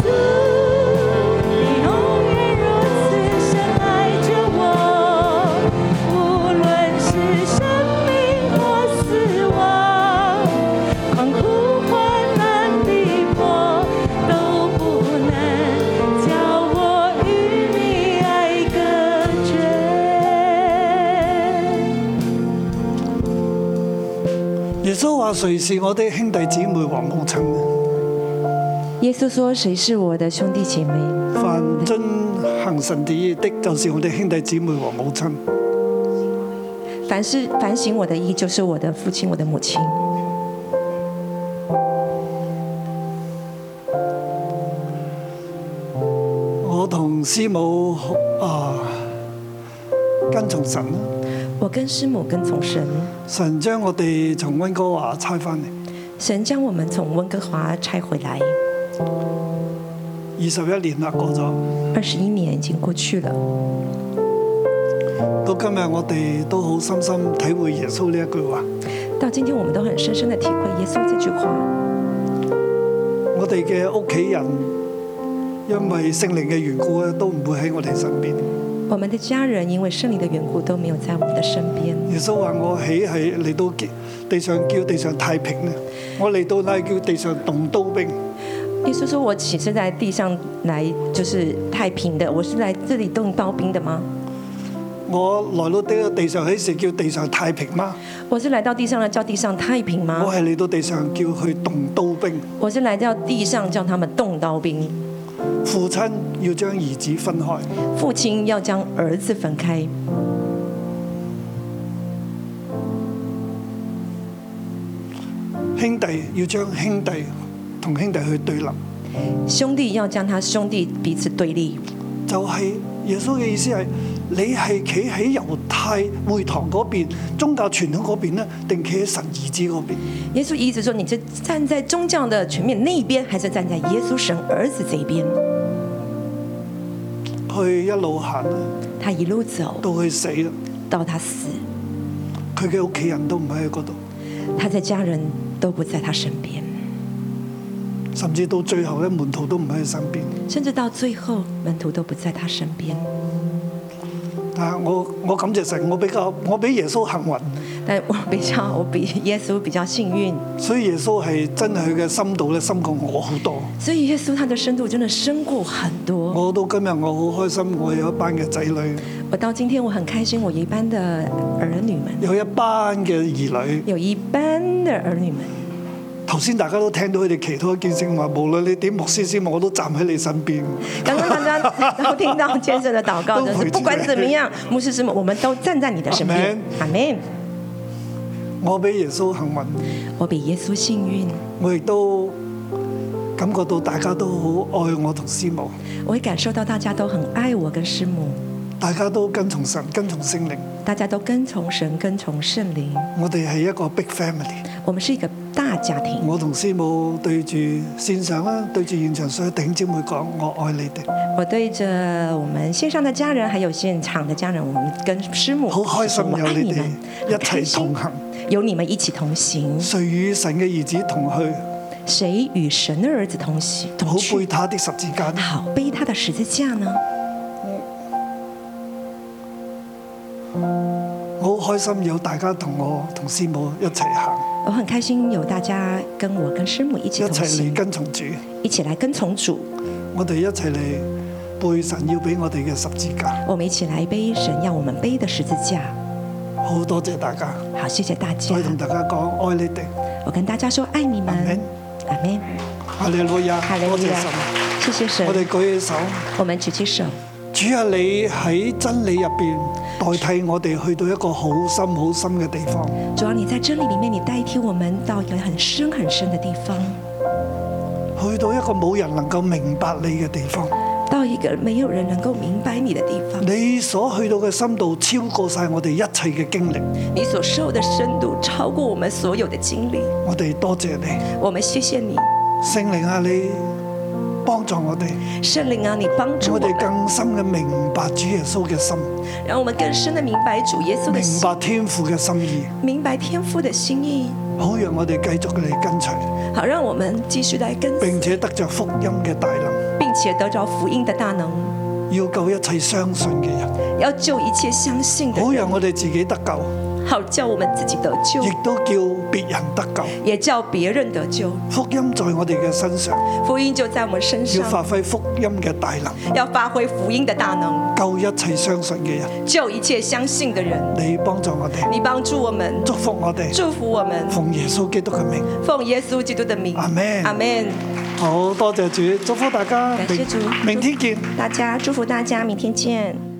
[SPEAKER 10] 你永远如此深爱着我，无论是生命或死亡。狂哭患难逼迫都不能叫我与你爱隔绝。
[SPEAKER 2] 耶穌話：誰是我的兄弟姊妹和母親？
[SPEAKER 3] 耶稣说：“谁是我的兄弟姐妹？
[SPEAKER 2] 凡遵行神旨意的，就是我的兄弟姊妹和母親。
[SPEAKER 3] 凡是反省我的意，就是我的父亲，我的母亲。”
[SPEAKER 2] 我同師母啊跟從神啦，
[SPEAKER 3] 我跟师母跟从神，
[SPEAKER 2] 神將我哋從温哥華差翻嚟，
[SPEAKER 3] 神将我们从温哥华拆回来，
[SPEAKER 2] 二十一年啦過咗，
[SPEAKER 3] 二十一年已经过去了。
[SPEAKER 2] 到今日我哋都好深深體會耶穌呢一句話。
[SPEAKER 3] 到今天，我们都很深深的体会耶稣这句话。
[SPEAKER 2] 我哋嘅屋企人，因為聖靈嘅緣故咧，都唔會喺我哋身邊。
[SPEAKER 3] 我们的家人因为圣灵的缘故都没有在我们的身边。
[SPEAKER 2] 耶穌話：我起係嚟到地上叫地上太平咧，我嚟到乃叫地上動刀兵。
[SPEAKER 3] 耶稣说：“我岂是在地上来就是太平的？我是来这里动刀兵的吗？
[SPEAKER 2] 我來到呢個地上起時，叫地上太平嗎？
[SPEAKER 3] 我是来到地上了，叫地上太平吗
[SPEAKER 2] 我？係嚟到地上叫佢動刀兵。
[SPEAKER 3] 我是来到地上叫他们动刀兵。
[SPEAKER 2] 父親要將兒子分開，
[SPEAKER 3] 父亲要将儿子分开。
[SPEAKER 2] 兄弟要將兄弟同兄弟去對立。
[SPEAKER 3] 兄弟要将他兄弟彼此对立。
[SPEAKER 2] 就係、耶穌嘅意思係，你係企喺猶太會堂嗰邊、宗教傳統嗰邊咧，定企喺神兒子嗰邊？
[SPEAKER 3] 耶稣一直说，你是站在宗教的全面那一边，还是站在耶稣神儿子这一边？
[SPEAKER 2] 佢一路行啦，
[SPEAKER 3] 他一路走
[SPEAKER 2] 到佢死啦，
[SPEAKER 3] 到他死，
[SPEAKER 2] 佢嘅屋企人都唔喺佢嗰度，
[SPEAKER 3] 他的家人都不在他身边，
[SPEAKER 2] 甚至到最後咧，門徒都唔喺佢身邊。
[SPEAKER 3] 甚至到最后，门徒都不在他身边。
[SPEAKER 2] 但係我我感謝神，我比較我比耶穌幸運，
[SPEAKER 3] 但我比较，我比耶稣比较幸运，
[SPEAKER 2] 所以耶穌係真係佢嘅深度咧深過我好多。
[SPEAKER 3] 所以耶稣他的深度真的深过很多。
[SPEAKER 2] 我到今日我好開心，我有一班嘅仔女，
[SPEAKER 3] 我到今天我很开心，我一班的儿女们，
[SPEAKER 2] 有一班嘅兒女。
[SPEAKER 3] 有一班的儿女们，
[SPEAKER 2] 頭先大家都聽到佢哋祈禱嘅見證話，無論你點牧師師母，我都站喺你身邊。
[SPEAKER 3] 刚刚大家都听到先生的祷告，就是不管怎么样，牧师师母，我们都站在你的身边。阿门。
[SPEAKER 2] 我比耶穌幸運，
[SPEAKER 3] 我比耶稣幸运，
[SPEAKER 2] 我亦都感覺到大家都好愛我同師母，
[SPEAKER 3] 我也感受到大家都很爱我跟师母，
[SPEAKER 2] 大家都跟從神、跟從聖靈。
[SPEAKER 3] 大家都跟从神，跟从圣灵。
[SPEAKER 2] 我哋係一個 big family。
[SPEAKER 3] 我们是一个大家庭。
[SPEAKER 2] 我同師母對住線上啦，對住現場所有弟兄姊妹講：我愛你哋，
[SPEAKER 3] 我对着我们线上的家人，还有现场的家人，我们跟师母
[SPEAKER 2] 好開心
[SPEAKER 3] 我
[SPEAKER 2] 有
[SPEAKER 3] 爱
[SPEAKER 2] 你
[SPEAKER 3] 你
[SPEAKER 2] 哋
[SPEAKER 3] 们，
[SPEAKER 2] 一
[SPEAKER 3] 很开
[SPEAKER 2] 齊
[SPEAKER 3] 心啊
[SPEAKER 2] 同行。
[SPEAKER 3] 有你们一起同行，
[SPEAKER 2] 誰與神嘅兒子同去？
[SPEAKER 3] 谁与神的儿子同行
[SPEAKER 2] 好
[SPEAKER 3] 同
[SPEAKER 2] 背
[SPEAKER 3] 去？
[SPEAKER 2] 他的十字架。
[SPEAKER 3] 好背他的十字架呢？
[SPEAKER 2] 我好開心有大家同我同師母一齊行，
[SPEAKER 3] 我很开心有大家跟我跟师母一
[SPEAKER 2] 一
[SPEAKER 3] 起同
[SPEAKER 2] 齊嚟
[SPEAKER 3] 行，
[SPEAKER 2] 跟從主。
[SPEAKER 3] 一起来跟从主，
[SPEAKER 2] 我哋一齊嚟背神要俾我哋嘅十字架。
[SPEAKER 3] 我们一起来背神要我们背的十字架。
[SPEAKER 2] 好多謝大家，
[SPEAKER 3] 好，谢谢大家
[SPEAKER 2] 再，同大家講愛你哋，
[SPEAKER 3] 我跟大家说爱你们
[SPEAKER 2] 阿门，
[SPEAKER 3] 阿门，
[SPEAKER 2] 哈利路亞，
[SPEAKER 3] 哈利
[SPEAKER 2] 多
[SPEAKER 3] 路
[SPEAKER 2] 謝
[SPEAKER 3] 亚
[SPEAKER 2] 神。，
[SPEAKER 3] 谢谢神
[SPEAKER 2] 我。哋舉起手，
[SPEAKER 3] 我们举起手，
[SPEAKER 2] 主啊，你喺真理入邊代替我哋去到一個好深好深嘅地方。
[SPEAKER 3] 主啊要你在真理里面，你代替我们到一个很深很深的地方，
[SPEAKER 2] 去到一個冇人能夠明白你嘅地方，
[SPEAKER 3] 到一个没有人能够明白你的地方。
[SPEAKER 2] 你所去到嘅深度超過晒我哋一切嘅經歷，
[SPEAKER 3] 你所受的深度超过我们所有的经历。
[SPEAKER 2] 我哋多謝你，
[SPEAKER 3] 我们谢谢你，
[SPEAKER 2] 聖靈啊，你幫助我哋，
[SPEAKER 3] 圣灵啊，你帮助我
[SPEAKER 2] 我
[SPEAKER 3] 们
[SPEAKER 2] 哋，更深嘅明白主耶穌嘅心，
[SPEAKER 3] 让我们更深的明白主耶稣的
[SPEAKER 2] 明
[SPEAKER 3] 心，
[SPEAKER 2] 白天父嘅心意，
[SPEAKER 3] 明白天父的心意，
[SPEAKER 2] 好讓我哋繼續嚟跟隨，
[SPEAKER 3] 好让我们继续来跟
[SPEAKER 2] 並
[SPEAKER 3] 随，
[SPEAKER 2] 且得着福音嘅大能，
[SPEAKER 3] 并且得着福音的大能，
[SPEAKER 2] 要救一切相信嘅人，
[SPEAKER 3] 要救一切相信的
[SPEAKER 2] 好
[SPEAKER 3] 人
[SPEAKER 2] 讓，我哋自己得救。
[SPEAKER 3] 好叫我们自己得救
[SPEAKER 2] 亦，都叫別人得救。
[SPEAKER 3] 也叫别人得救。
[SPEAKER 2] 福音在我哋嘅身上，
[SPEAKER 3] 福音就在我们身
[SPEAKER 2] 要
[SPEAKER 3] 上。
[SPEAKER 2] 發揮福音嘅大能，
[SPEAKER 3] 要发挥福音的大能，
[SPEAKER 2] 救一切相信嘅人。
[SPEAKER 3] 救一切相信的人。
[SPEAKER 2] 你幫助我哋，
[SPEAKER 3] 你帮助我们，
[SPEAKER 2] 祝福我哋，
[SPEAKER 3] 祝福我们，
[SPEAKER 2] 奉耶穌基督嘅名，
[SPEAKER 3] 奉耶稣基督的名，
[SPEAKER 2] 阿門
[SPEAKER 3] 阿门。
[SPEAKER 2] 好多謝主，祝福大家。
[SPEAKER 3] 感謝
[SPEAKER 2] 明
[SPEAKER 3] 主
[SPEAKER 2] 明天見。
[SPEAKER 3] 大家祝福大家，明天见。